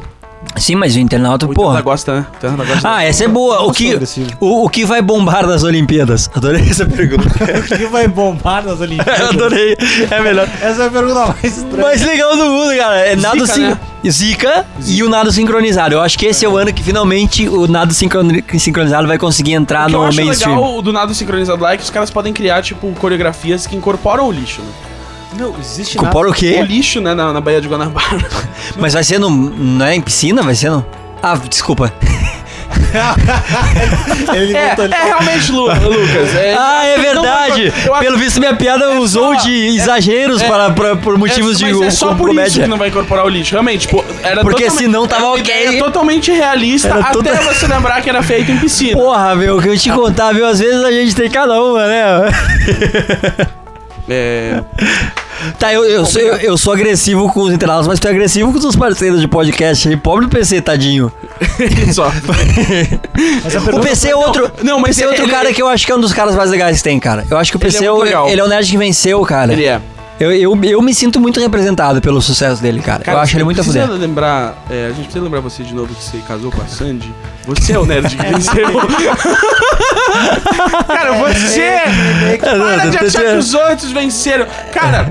Sim, mas o internauta, O porra. internauta gosta, né? O internauta gosta. Ah, essa é boa. O que, agressivo. o, o que vai bombar nas Olimpíadas? Adorei essa pergunta. (laughs) (laughs) O que (laughs) vai bombar nas Eu Olimpíadas? adorei. É a melhor. Essa é a pergunta (laughs) mais estranha. Mais legal do mundo, cara. É nada Zica, sin- né? Zica e o nado sincronizado. Eu acho que esse é o ano que finalmente o nado sincroni- sincronizado vai conseguir entrar O que eu Ah, no acho mainstream. legal do nada sincronizado lá é que os caras podem criar, tipo, coreografias que incorporam o lixo, né? Não, existe nada. Compara o O quê? lixo, né, na, na Baía de Guanabara. Mas vai ser no. Não é em piscina? Vai ser no. Ah, desculpa. Ele É, tá- botou ali. é realmente, Lu- Lucas. É, Ah, é não, verdade! mas eu- eu acho- É Pelo visto, minha piada usou só- de exageiros para, pra- por motivos é, de um mas é só por isso que comédia. não vai incorporar o lixo, realmente. Tipo, era Porque totalmente- senão tava era uma ok. ideia totalmente realista Era até total- você lembrar que era feito em piscina. Porra, meu, o que eu te contar, viu? Às vezes a gente tem cada uma, né? É. Tá, eu, eu, sou, eu, eu sou agressivo com os internautas, mas tu é agressivo com os seus parceiros de podcast aí. Pobre do PC, tadinho. (laughs) Só. O PC é outro. não, mas o PC é outro ele- cara que eu acho que é um dos caras mais legais que tem, cara. Eu acho que o Ele PC é é, muito o- legal. ele é o nerd que venceu, cara. Ele é. Eu, eu, eu me sinto muito representado pelo sucesso dele, cara. eu acho ele muito a precisa fuder. lembrar, é, a gente precisa lembrar você de novo que você casou com a Sandy. Você é o nerd que venceu. Cara, você. Para de achar que os outros venceram. (laughs) Cara,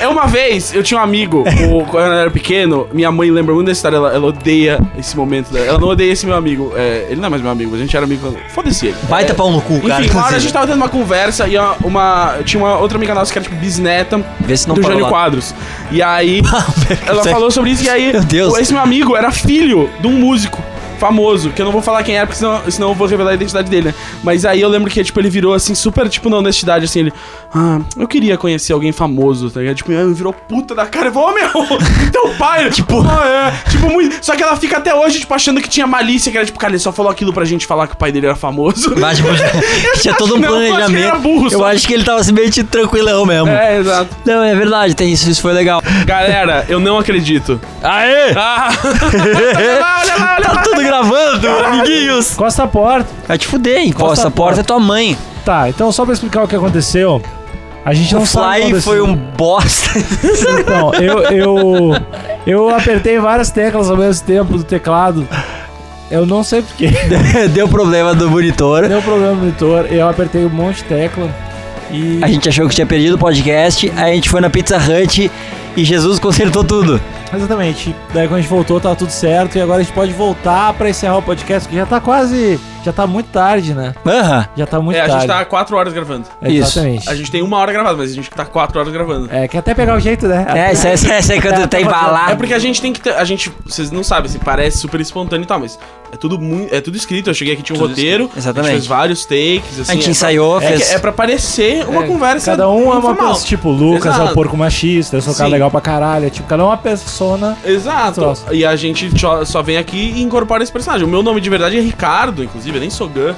é uma vez, eu tinha um amigo, o- quando eu era pequeno, minha mãe lembra muito dessa história, ela, ela odeia esse momento dela. Ela não odeia esse meu amigo. é, ele não é mais meu amigo, a gente era amigo. Foda-se ele. É, Baita pau no cu, cara. Enfim, uma hora a gente tava tendo uma conversa e uma, uma- tinha uma outra amiga nossa que era tipo bisneta Vê se não do parou Jânio lá. Quadros. (laughs) E aí ela sério? falou sobre isso e aí é Meu Deus. esse meu amigo era filho de um músico famoso, que eu não vou falar quem era, porque senão, senão eu vou revelar a identidade dele, né? Mas aí eu lembro que, tipo, ele virou, assim, super, tipo, na honestidade, assim, ele... Ah, eu queria conhecer alguém famoso, tá ligado? Tipo, ele virou puta da cara, e falou, ô, meu, (laughs) teu pai... tipo... Ah, é. Tipo, muito... Só que ela fica até hoje, tipo, achando que tinha malícia, que era, tipo, cara, ele só falou aquilo pra gente falar que o pai dele era famoso. Mas, tipo, tinha todo um Não, (laughs) eu acho que ele planejamento. era burro, eu só. acho que ele tava assim, meio de tranquilão mesmo. (laughs) É, exato. Não, é verdade, tem isso, isso foi (laughs) legal. Galera, eu não acredito. Aê! (laughs) Ah! olha lá, olha lá, olha lá. Tá tudo gravando, amiguinhos! é. Costa a porta. Vai te fuder, encosta a porta, é tua mãe. Tá, então só pra explicar o que aconteceu. A gente não o sabe. Fly quando foi assim. esse- um bosta. (laughs) (laughs) Então, eu, eu, eu apertei várias teclas ao mesmo tempo do teclado. Eu não sei porquê. Deu problema do monitor. Deu um problema no monitor, eu apertei um monte de tecla e. A gente achou que tinha perdido o podcast, aí a gente foi na Pizza Hut e Jesus consertou tudo. Exatamente. Daí quando a gente voltou, tava tudo certo. E agora a gente pode voltar pra encerrar o podcast, que já tá quase. Já Já tá muito tarde, né? Aham. Já tá muito É, a tarde. gente tá 4 horas gravando. É, Isso. Exatamente. A gente tem uma hora gravada, mas a gente tá 4 horas gravando. É, quer até pegar o jeito, né? É, isso aí, isso aí, isso aí quando tá embalado. É porque a gente tem que ter. A gente. Vocês não sabem, assim, parece super espontâneo e tal, mas é tudo muito. É tudo escrito. Eu cheguei aqui, tinha um Tudo roteiro. escrito, exatamente. A gente fez vários takes, assim. A gente é ensaiou, pra, é, fez- que- é pra parecer uma conversa. Cada um é uma informal. pessoa. Tipo, o Lucas é Exato. o porco machista, eu sou um cara Sim. legal pra caralho. é Tipo, cada um é uma persona. Exato. Troço. E a gente só- só vem aqui e incorpora esse personagem. O meu nome de verdade é Ricardo, inclusive, eu nem sou Gus.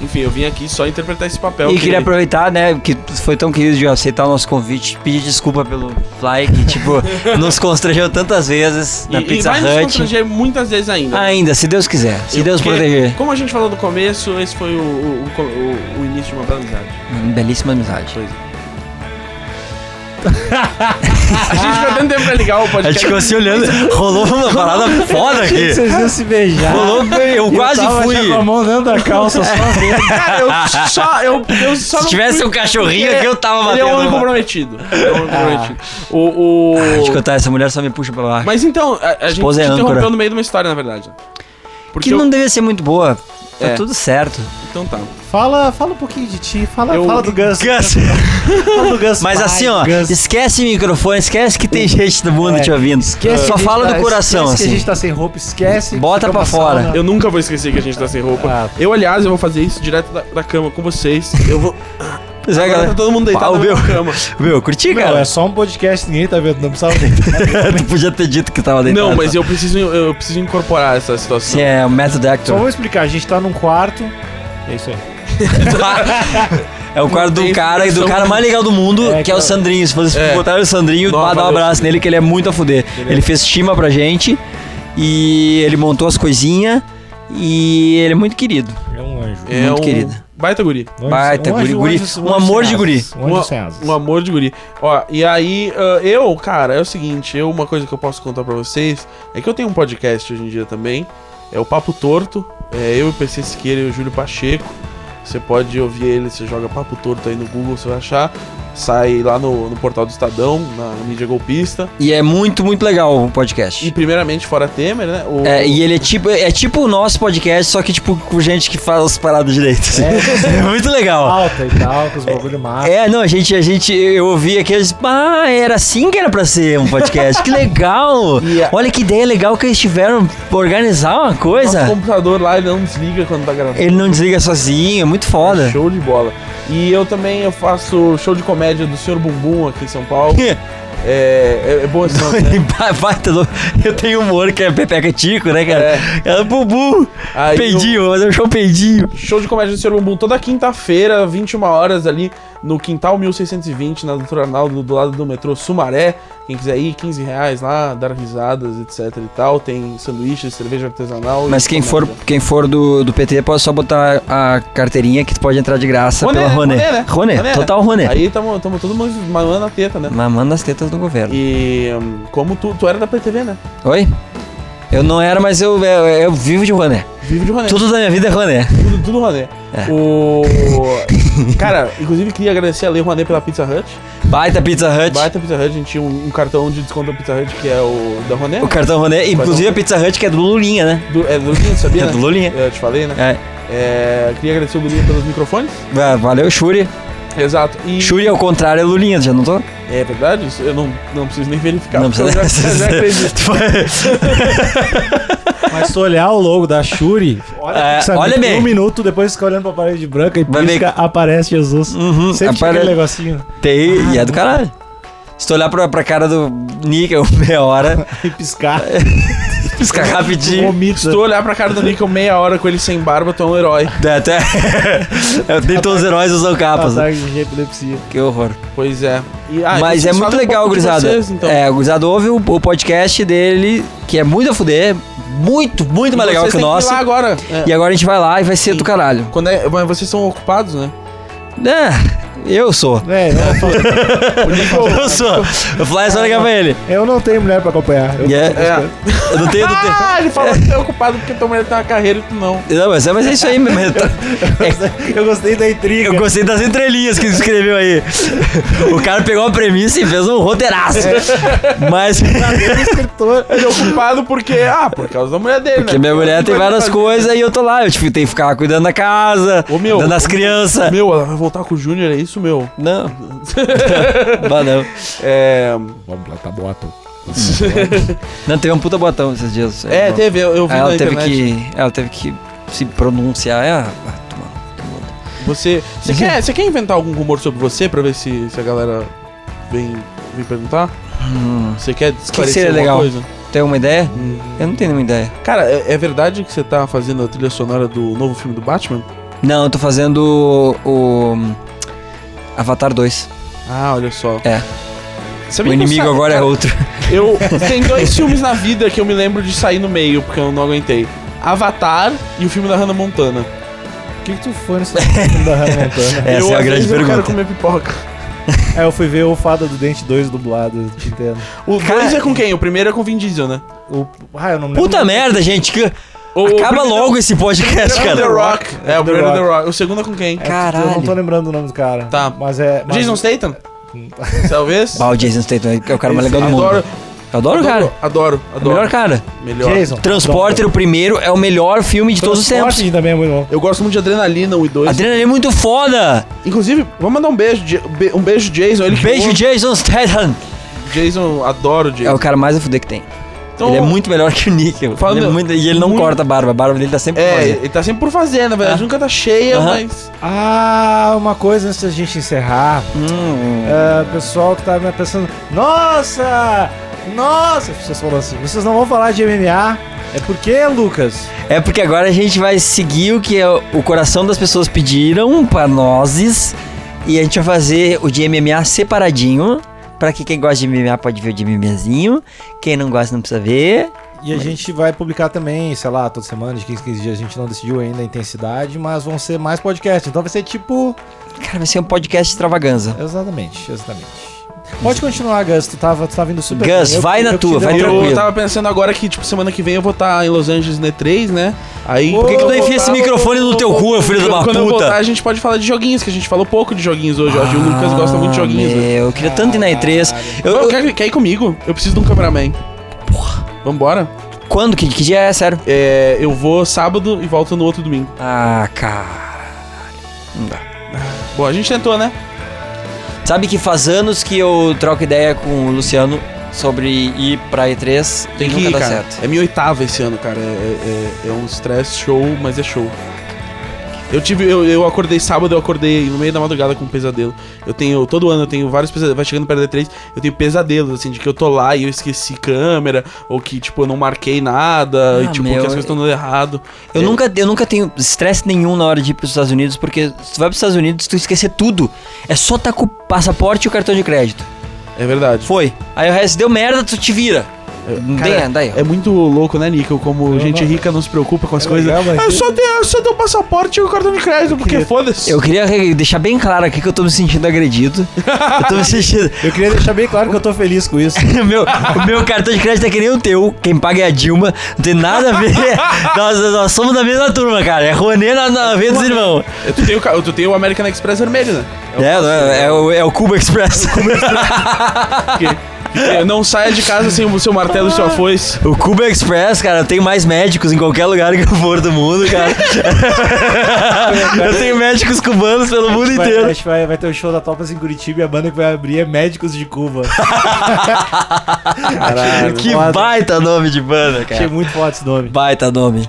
Enfim, eu vim aqui só interpretar esse papel. E que- queria aproveitar, né, que tu foi tão querido de aceitar o nosso convite, pedir desculpa pelo Fly, que, (laughs) tipo, nos constrangeu tantas vezes na e, e Pizza vai nos Hut. constranger muitas vezes ainda. Ainda, se Deus quiser, se Eu- Deus porque, proteger. Como a gente falou no começo, esse foi o, o- o co- o- o início de uma (laughs) bela amizade. Hum, Belíssima amizade. Pois é. a gente ficou tanto tempo pra ligar o A podcast. gente ficou assim olhando, rolou uma parada foda aqui. Vocês iam se beijar. Rolou, eu E quase tava já fui. com a mão dentro da calça só (laughs) vendo. Cara, eu só. Eu, eu só Se não tivesse fui- um cachorrinho aqui, eu tava Ele é batendo. Ah. um homem uma. comprometido. Ele é um homem comprometido. O. o... Deixa eu contar, essa mulher só me puxa pra lá. Mas então, a, a gente Esposa se é âncora. interrompeu no meio de uma história, na verdade. Porque que eu- não devia ser muito boa. Tá É. tudo certo. Então tá. Fala, fala um pouquinho de ti, fala, Eu- fala do Gus. Gus. Fala do Gus. Mas Pai, assim, ó, Gus. esquece o microfone, esquece que tem gente do mundo É. te ouvindo. Esquece Só que a gente fala tá- do coração, esquece que a assim. gente tá sem roupa, esquece. Bota Fica pra uma fora. sauna. Eu nunca vou esquecer que a gente tá sem roupa. Ah. Eu, aliás, eu vou fazer isso direto da, da cama com vocês. Eu vou. Pois é, Agora tá galera. todo mundo Pau, deitado na meu. minha cama. Meu, curti, Não, cara. é só um podcast, ninguém tá vendo, não precisava (laughs) (laughs) tu podia ter dito que tava deitado. Não, mas eu preciso, eu preciso incorporar essa Sim, situação. é o método Só actor. vou explicar, a gente tá num quarto. É isso aí. (laughs) é o quarto Não do tem cara e do expressão. cara mais legal do mundo, É, que é o cara. Sandrinho. Se vocês É. botarem o Sandrinho, Não, vá dar um valeu. abraço nele, que ele é muito a fuder. Ele fez chima pra gente e ele montou as coisinhas e ele é muito querido. É um anjo. É Muito um querida. Baita guri. Um anjo- Baita, um anjo- guri, um guri. anjo- Um amor anjo de sem guri. asas, Um Um- anjo sem asas. Um amor de guri. Ó, e aí, ah, eu, cara, é o seguinte, eu, uma coisa que eu posso contar pra vocês é que eu tenho um podcast hoje em dia também. É o Papo Torto. É eu, o PC Siqueira e o Júlio Pacheco. Você pode ouvir ele, você joga Papo Torto aí no Google, você vai achar. Sai lá no, no portal do Estadão, na, mídia golpista. E é muito, muito legal o E podcast. primeiramente, fora Temer, né? O, É, e ele é tipo, é tipo o nosso podcast, só que tipo com gente que faz as paradas direito. assim. (laughs) É, muito legal. Alta e tal, com os bagulho Ah. massa. É, não, a gente, a gente, eu ouvi aqui, eu disse, ah, era assim que era pra ser um podcast, que legal! (laughs) E a- Olha que ideia legal que eles tiveram pra organizar uma nosso coisa. computador lá, ele não desliga quando tá gravando. Ele não desliga sozinho, é muito foda. Show de bola. E eu também eu faço show de comédia do Senhor Bumbum aqui em São (laughs) Paulo. é, é, é bom esse nome, né? Vai, vai, tá louco. Eu tenho humor que é Pepeca e Tico, né, cara? É, bubu, Aí peidinho, vou fazer um show peidinho. o Show de comédia do Senhor Bumbum toda quinta-feira, 21 horas ali no Quintal 1620, na Doutor Arnaldo, do lado do metrô Sumaré. Quem quiser ir, 15 reais lá, dar risadas, etc e tal. Tem sanduíches, cerveja artesanal. e Mas quem for, comédia. quem for do, do PT pode só botar a carteirinha que tu pode entrar de graça Roné, pela né? Roné. Roné, né? Roné, Roné, né? total Roné. Aí tamo, tamo todo mundo mamando a teta, né? Mamando as tetas do governo. E hum, como tu, tu era da PTV, né? Oi? Eu não era, mas eu, eu, eu vivo de Roné. Vive de Roné. Tudo da minha vida é Roné. Tudo, tudo Roné. (laughs) O. Cara, inclusive queria agradecer a Lei Roné pela Pizza Hut. Baita Pizza Hut. Baita Pizza Hut, a gente tinha um, um cartão de desconto da Pizza Hut que é o da Roné. O cartão Roné, inclusive a Pizza Hut que é do Lulinha, né? Do, é do Lulinha, sabia? É né? do Lulinha. Eu te falei, né? É. É, queria agradecer o Lulinha pelos microfones. Ah, Valeu, Shuri. Exato. E. Shuri ao contrário é Lulinha, já não tô? É verdade? Isso Eu não, não preciso nem verificar. não porque eu (laughs) já, já acredito. Mas se tu olhar o logo da Shuri, olha, É, sabe, olha bem. Um minuto depois fica olhando pra parede branca e Vai pisca, aparece Jesus. Uhum, Sempre fica apare- aquele negocinho. (laughs) Tem, e é do caralho. Se tu olhar pra, pra cara do Nick, é (laughs) meia hora, E piscar. pisca rapidinho. Se Vomita. tu olhar pra cara do Nickel meia hora com ele sem barba, tu é um herói. É, até... (laughs) Eu nem todos os heróis usam capas. né? Ataque de epilepsia. Que horror. Pois é. E, ah, Mas vocês é muito falam um legal, pouco de gurizada. vocês, então. É, o gurizada ouve o, o podcast dele, que é muito a fuder, muito, muito E mais legal vocês que o têm nosso. ir lá agora. É. E agora a gente vai lá e vai ser do caralho. Quando é, mas vocês são ocupados, né? É, Eu sou. (laughs) É, eu, Eu sou. O Fly só ligar pra ele. eu não tenho mulher pra acompanhar. Eu- E é- Eu não tenho. Não, tenho- Ah, ele falou que tá ocupado porque tua mulher tem uma carreira e tu não. Não, mas, é, mas é isso aí mesmo. (laughs) Eu gostei da intriga. Eu gostei das entrelinhas que ele escreveu aí. O cara pegou a premissa e fez um roteiraço. Mas. Tá Ele é ocupado porque, ah, por causa da mulher dele, Porque né? minha mulher tem Vai várias fazer- coisas e eu tô lá. Eu tipo, tenho que ficar cuidando da casa, Ô, meu, cuidando das ô, crianças. Meu, ela vai voltar com o Júnior, é isso, meu? Não. (laughs) Bah, não. É. Vamos lá, tá bom, ator. Não, teve um puta botão esses dias. É, Não. teve, eu, eu vi Aí ela na teve internet. que. Ela teve que se pronunciar. É, ah, toma, toma. Você, você, Uhum. quer, você quer inventar algum rumor sobre você pra ver se, se a galera vem, vem perguntar? Hum, Você quer esclarecer seria alguma legal? coisa? Hum. tem alguma ideia? Eu não tenho nenhuma ideia. Cara, é, é verdade que você tá fazendo a trilha sonora do novo filme do Batman? Não, eu tô fazendo o. o Avatar 2. Ah, olha só. É. Sabia O que eu inimigo sa- agora é cara, outro. Eu, tem dois filmes na vida que eu me lembro de sair no meio, porque eu não aguentei. Avatar e o filme da Hannah Montana. O que, que tu foi nesse filme da Hannah (laughs) Montana? Essa eu, é a às grande vezes, eu pergunta. quero comer pipoca. É, eu fui ver o Fada do Dente 2 dublado, eu te entendo. O dois é com quem? O primeiro é com Vin Diesel, né? O... Ah, eu não me lembro. Puta merda, gente. que- O, o Acaba um primeiro- logo esse podcast, É o The cara. Rock. É, o The primeiro é Rock. The Rock. O segundo é com quem? Eu não tô Caralho. lembrando o nome do cara. Tá. Mas é. Mas... (laughs) Jason Statham? Talvez. Bah, o Jason Statham é o cara mais legal do mundo. Adoro, Eu adoro, o cara. adoro, adoro, É o melhor adoro. cara. Melhor. Jason. Transporter, o primeiro, é o melhor filme de todos os tempos. Transporte também é muito bom. Eu gosto muito de Adrenalina, o e 2. Adriana, ele é muito foda. Inclusive, vamos mandar um beijo, de- be- um beijo Jason. Ele que Beijo, voa. Jason Statham. Jason, adoro o Jason. É o cara mais a fuder que tem. Então, Ele é muito melhor que o Nickel. Falando- Ele é muito- e ele não muito- corta a barba. A barba dele tá sempre É, rosa. ele tá sempre por fazer, na verdade. É. Nunca tá cheia, Aham. mas. Ah, uma coisa antes da gente encerrar. Hum. É, o pessoal que tá me pensando, nossa! Nossa! Vocês falam assim, vocês não vão falar de MMA. É porque, Lucas? É porque agora a gente vai seguir o que é o coração das pessoas pediram pra nós. E a gente vai fazer o de MMA separadinho. Pra que quem gosta de MMA pode ver o de MMAzinho. Quem não gosta não precisa ver. E a gente vai publicar também, sei lá, toda semana, de 15, 15 dias, a gente não decidiu ainda a intensidade, mas vão ser mais podcasts. Então vai ser tipo. Cara, vai ser um podcast extravaganza. Exatamente, exatamente. Pode continuar, Gus. Tu tava, tu tava indo super. Gus, bem. Eu- vai na eu que te tua, dei vai uma- eu tranquilo. tava pensando agora que, tipo, semana que vem eu vou estar em Los Angeles no E3, né? Aí. Por que, que tu não enfia esse microfone no teu cu, filho de uma Quando eu voltar, puta? a gente pode falar de joguinhos, que a gente falou pouco de joguinhos hoje. Eu acho que o Lucas gosta muito de joguinhos. Ah, né? meu, eu queria tanto ir na E3. Eu- Ô, eu- quer, quer ir comigo? Eu preciso de um cameraman. Vambora? quando? Que, que dia é, sério? É, eu vou sábado e volto no outro domingo. Ah, cara. Bom, a gente tentou, né? Sabe que faz anos que eu troco ideia com o Luciano sobre ir pra E3 e nunca dá cara. certo. É minha oitava esse ano, cara. É, é- é um stress show, mas é show. Eu tive, eu, eu acordei sábado, eu acordei no meio da madrugada com um pesadelo. Eu tenho, todo ano eu tenho vários pesadelos, vai chegando perto da 3, eu tenho pesadelos, assim, de que eu tô lá e eu esqueci câmera, ou que, tipo, eu não marquei nada, Ah, e, tipo, meu, que as coisas estão dando errado. Eu, É, nunca, eu nunca tenho estresse nenhum na hora de ir pros Estados Unidos, porque se tu vai pros Estados Unidos, tu esquecer tudo. É só tá com o passaporte e o cartão de crédito. É verdade. Foi. Aí o resto deu merda, tu te vira. Não cara, tem- daí, ó. É muito louco, né, Nico? Como gente rica não se preocupa com as coisas. legal, mas- Ah, eu só tenho, eu só tenho o passaporte e o cartão de crédito, porque foda-se. Eu queria re- deixar bem claro aqui que eu tô me sentindo (laughs) agredido. Eu tô me sentindo. Eu queria deixar bem claro que eu tô feliz com (laughs) isso. O meu, o meu cartão de crédito é que nem o teu. Quem paga é a Dilma. Não tem nada a ver. Nós, nós somos da mesma turma, cara. É Ronê na, na vez dos irmãos. Tu tem, o, ca- tu tem o American Express vermelho, né? É, é, é o, é o Cuba Express. É, não saia de casa sem o seu martelo e sua foice. (laughs) O Cuba Express, cara, tem mais médicos em qualquer lugar que eu for do mundo, cara. eu tenho médicos cubanos pelo mundo Vai, a inteiro. gente vai, vai ter o show da Topas em Curitiba e a banda que vai abrir é Médicos de Cuba. Caralho, Que Ah, foda. baita nome de banda, Achei cara. muito forte esse nome. Baita nome.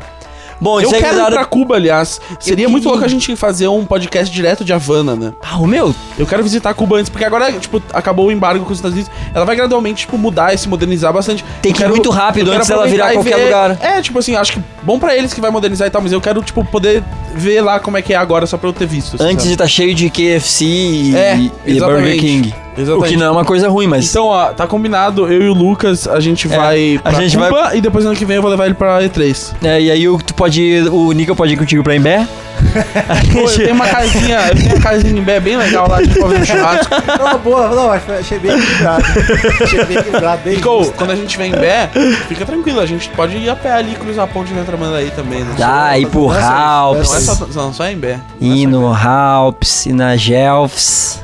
Bom, Eu isso aí, quero ir gurizada. pra Cuba, aliás. Seria é, Eu muito queria. louco a gente fazer um podcast direto de Havana, né? Ah, o meu, Eu quero visitar Cuba antes, porque agora, tipo, acabou o embargo com os Estados Unidos. Ela vai gradualmente, tipo, mudar e se modernizar bastante. Tem Eu que ir muito rápido eu quero antes dela virar aproveitar e qualquer ver- lugar. É, tipo assim, acho que bom pra eles que vai modernizar e tal, mas eu quero, tipo, poder ver lá como é que é agora, só pra eu ter visto. assim, antes de sabe? estar tá cheio de KFC e, É, e Burger exatamente. King. Exatamente. O que não é uma coisa ruim, mas. Então, ó, tá combinado, eu e o Lucas, a gente É, vai a pra gente vai- Cuba e depois ano que vem eu vou levar ele pra E3. (laughs) É, e aí o, tu pode ir- o Nico pode ir contigo pra Embé. Pô, eu (laughs) tenho uma casinha, eu tenho uma casinha em Bé bem legal lá de fazer um churrasco. Não, boa, não, acho- achei bem equilibrado. Achei bem equilibrado, bem Nico, justo. quando a gente vem em Bé, fica tranquilo, a gente pode ir a pé ali, cruzar a ponte de Retramandaí também. Né? Tá, ir pro Não é só- Não é Halps, só, não, só é em Bé. Não é só ir em Bé. no Halps, ir na Gelfs.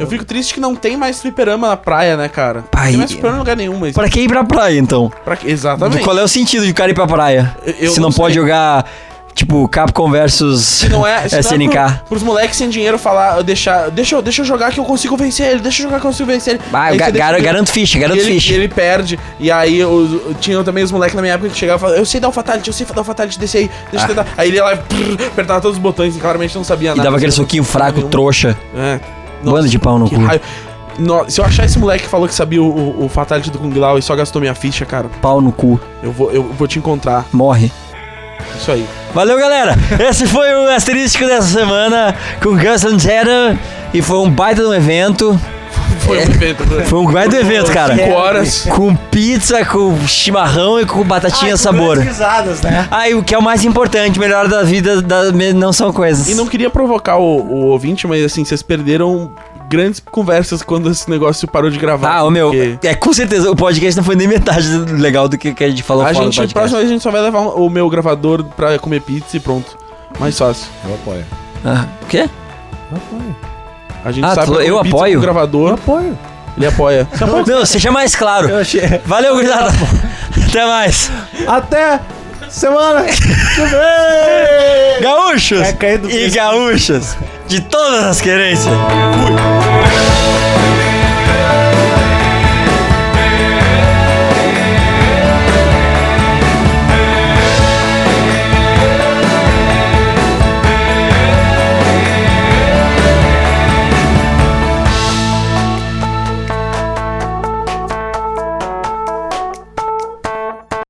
Eu fico triste que não tem mais fliperama na praia, né, cara? Pai, não tem mais fliperama em lugar nenhum, mas... Pra que ir pra praia, então? pra quê? Exatamente. Qual é o sentido de o cara ir pra praia? Eu- eu se não, não pode sei. jogar, tipo, Capcom versus Se não é, se SNK. Não é pro, pros moleques sem dinheiro falar, eu deixar, deixa, eu- deixa eu jogar que eu consigo vencer ele, deixa eu jogar que eu consigo vencer ele. Ah, Aí ga- você deixa gar- ele- garanto ficha, é e garanto ele, ficha. e ele perde. E aí os, tinham também os moleques na minha época que chegavam e falavam, eu sei dar o fatality, eu sei dar o fatality desse aí, deixa eu tentar. Aí ele ia lá e prrr, apertava todos os botões e claramente não sabia Ah. E nada. dava aquele soquinho fraco, Nenhum. trouxa. É. Bando de pau no Que cu. raio. No- se eu achar esse moleque que falou que sabia o, o, o fatality do Kung Lao e só gastou minha ficha, cara, Pau no cu. eu vou, eu vou te encontrar. Morre. Isso aí. Valeu, galera! Esse foi o Asterístico dessa semana com Guns and Cheddar. E foi um baita de um evento. Foi um (laughs) evento. Foi um baita de um evento, cara. Cinco horas. Com pizza, com chimarrão e com batatinha Ai, sabor. grandes risadas, né? Ah, e o que é o mais importante, melhor da vida da- me- não são coisas. E não queria provocar o, o ouvinte, mas assim, vocês perderam grandes conversas quando esse negócio parou de gravar. Ah, ô meu, porque é com certeza, o podcast não foi nem metade do- legal do que, que a gente falou A fora gente, do podcast. próxima vez a gente só vai levar um- o meu gravador pra comer pizza e pronto. Mais fácil. Eu apoio. Ah, o quê? A gente Ah, sabe tu- pra comer eu pizza apoio? com o Eu gravador, apoio. ele apoia. Não, seja é mais claro. Eu achei. Valeu, gurizada. (laughs) Até mais. Até semana que vem! Gaúchos É, caí do e precipício. gaúchas de todas as querências. Fui.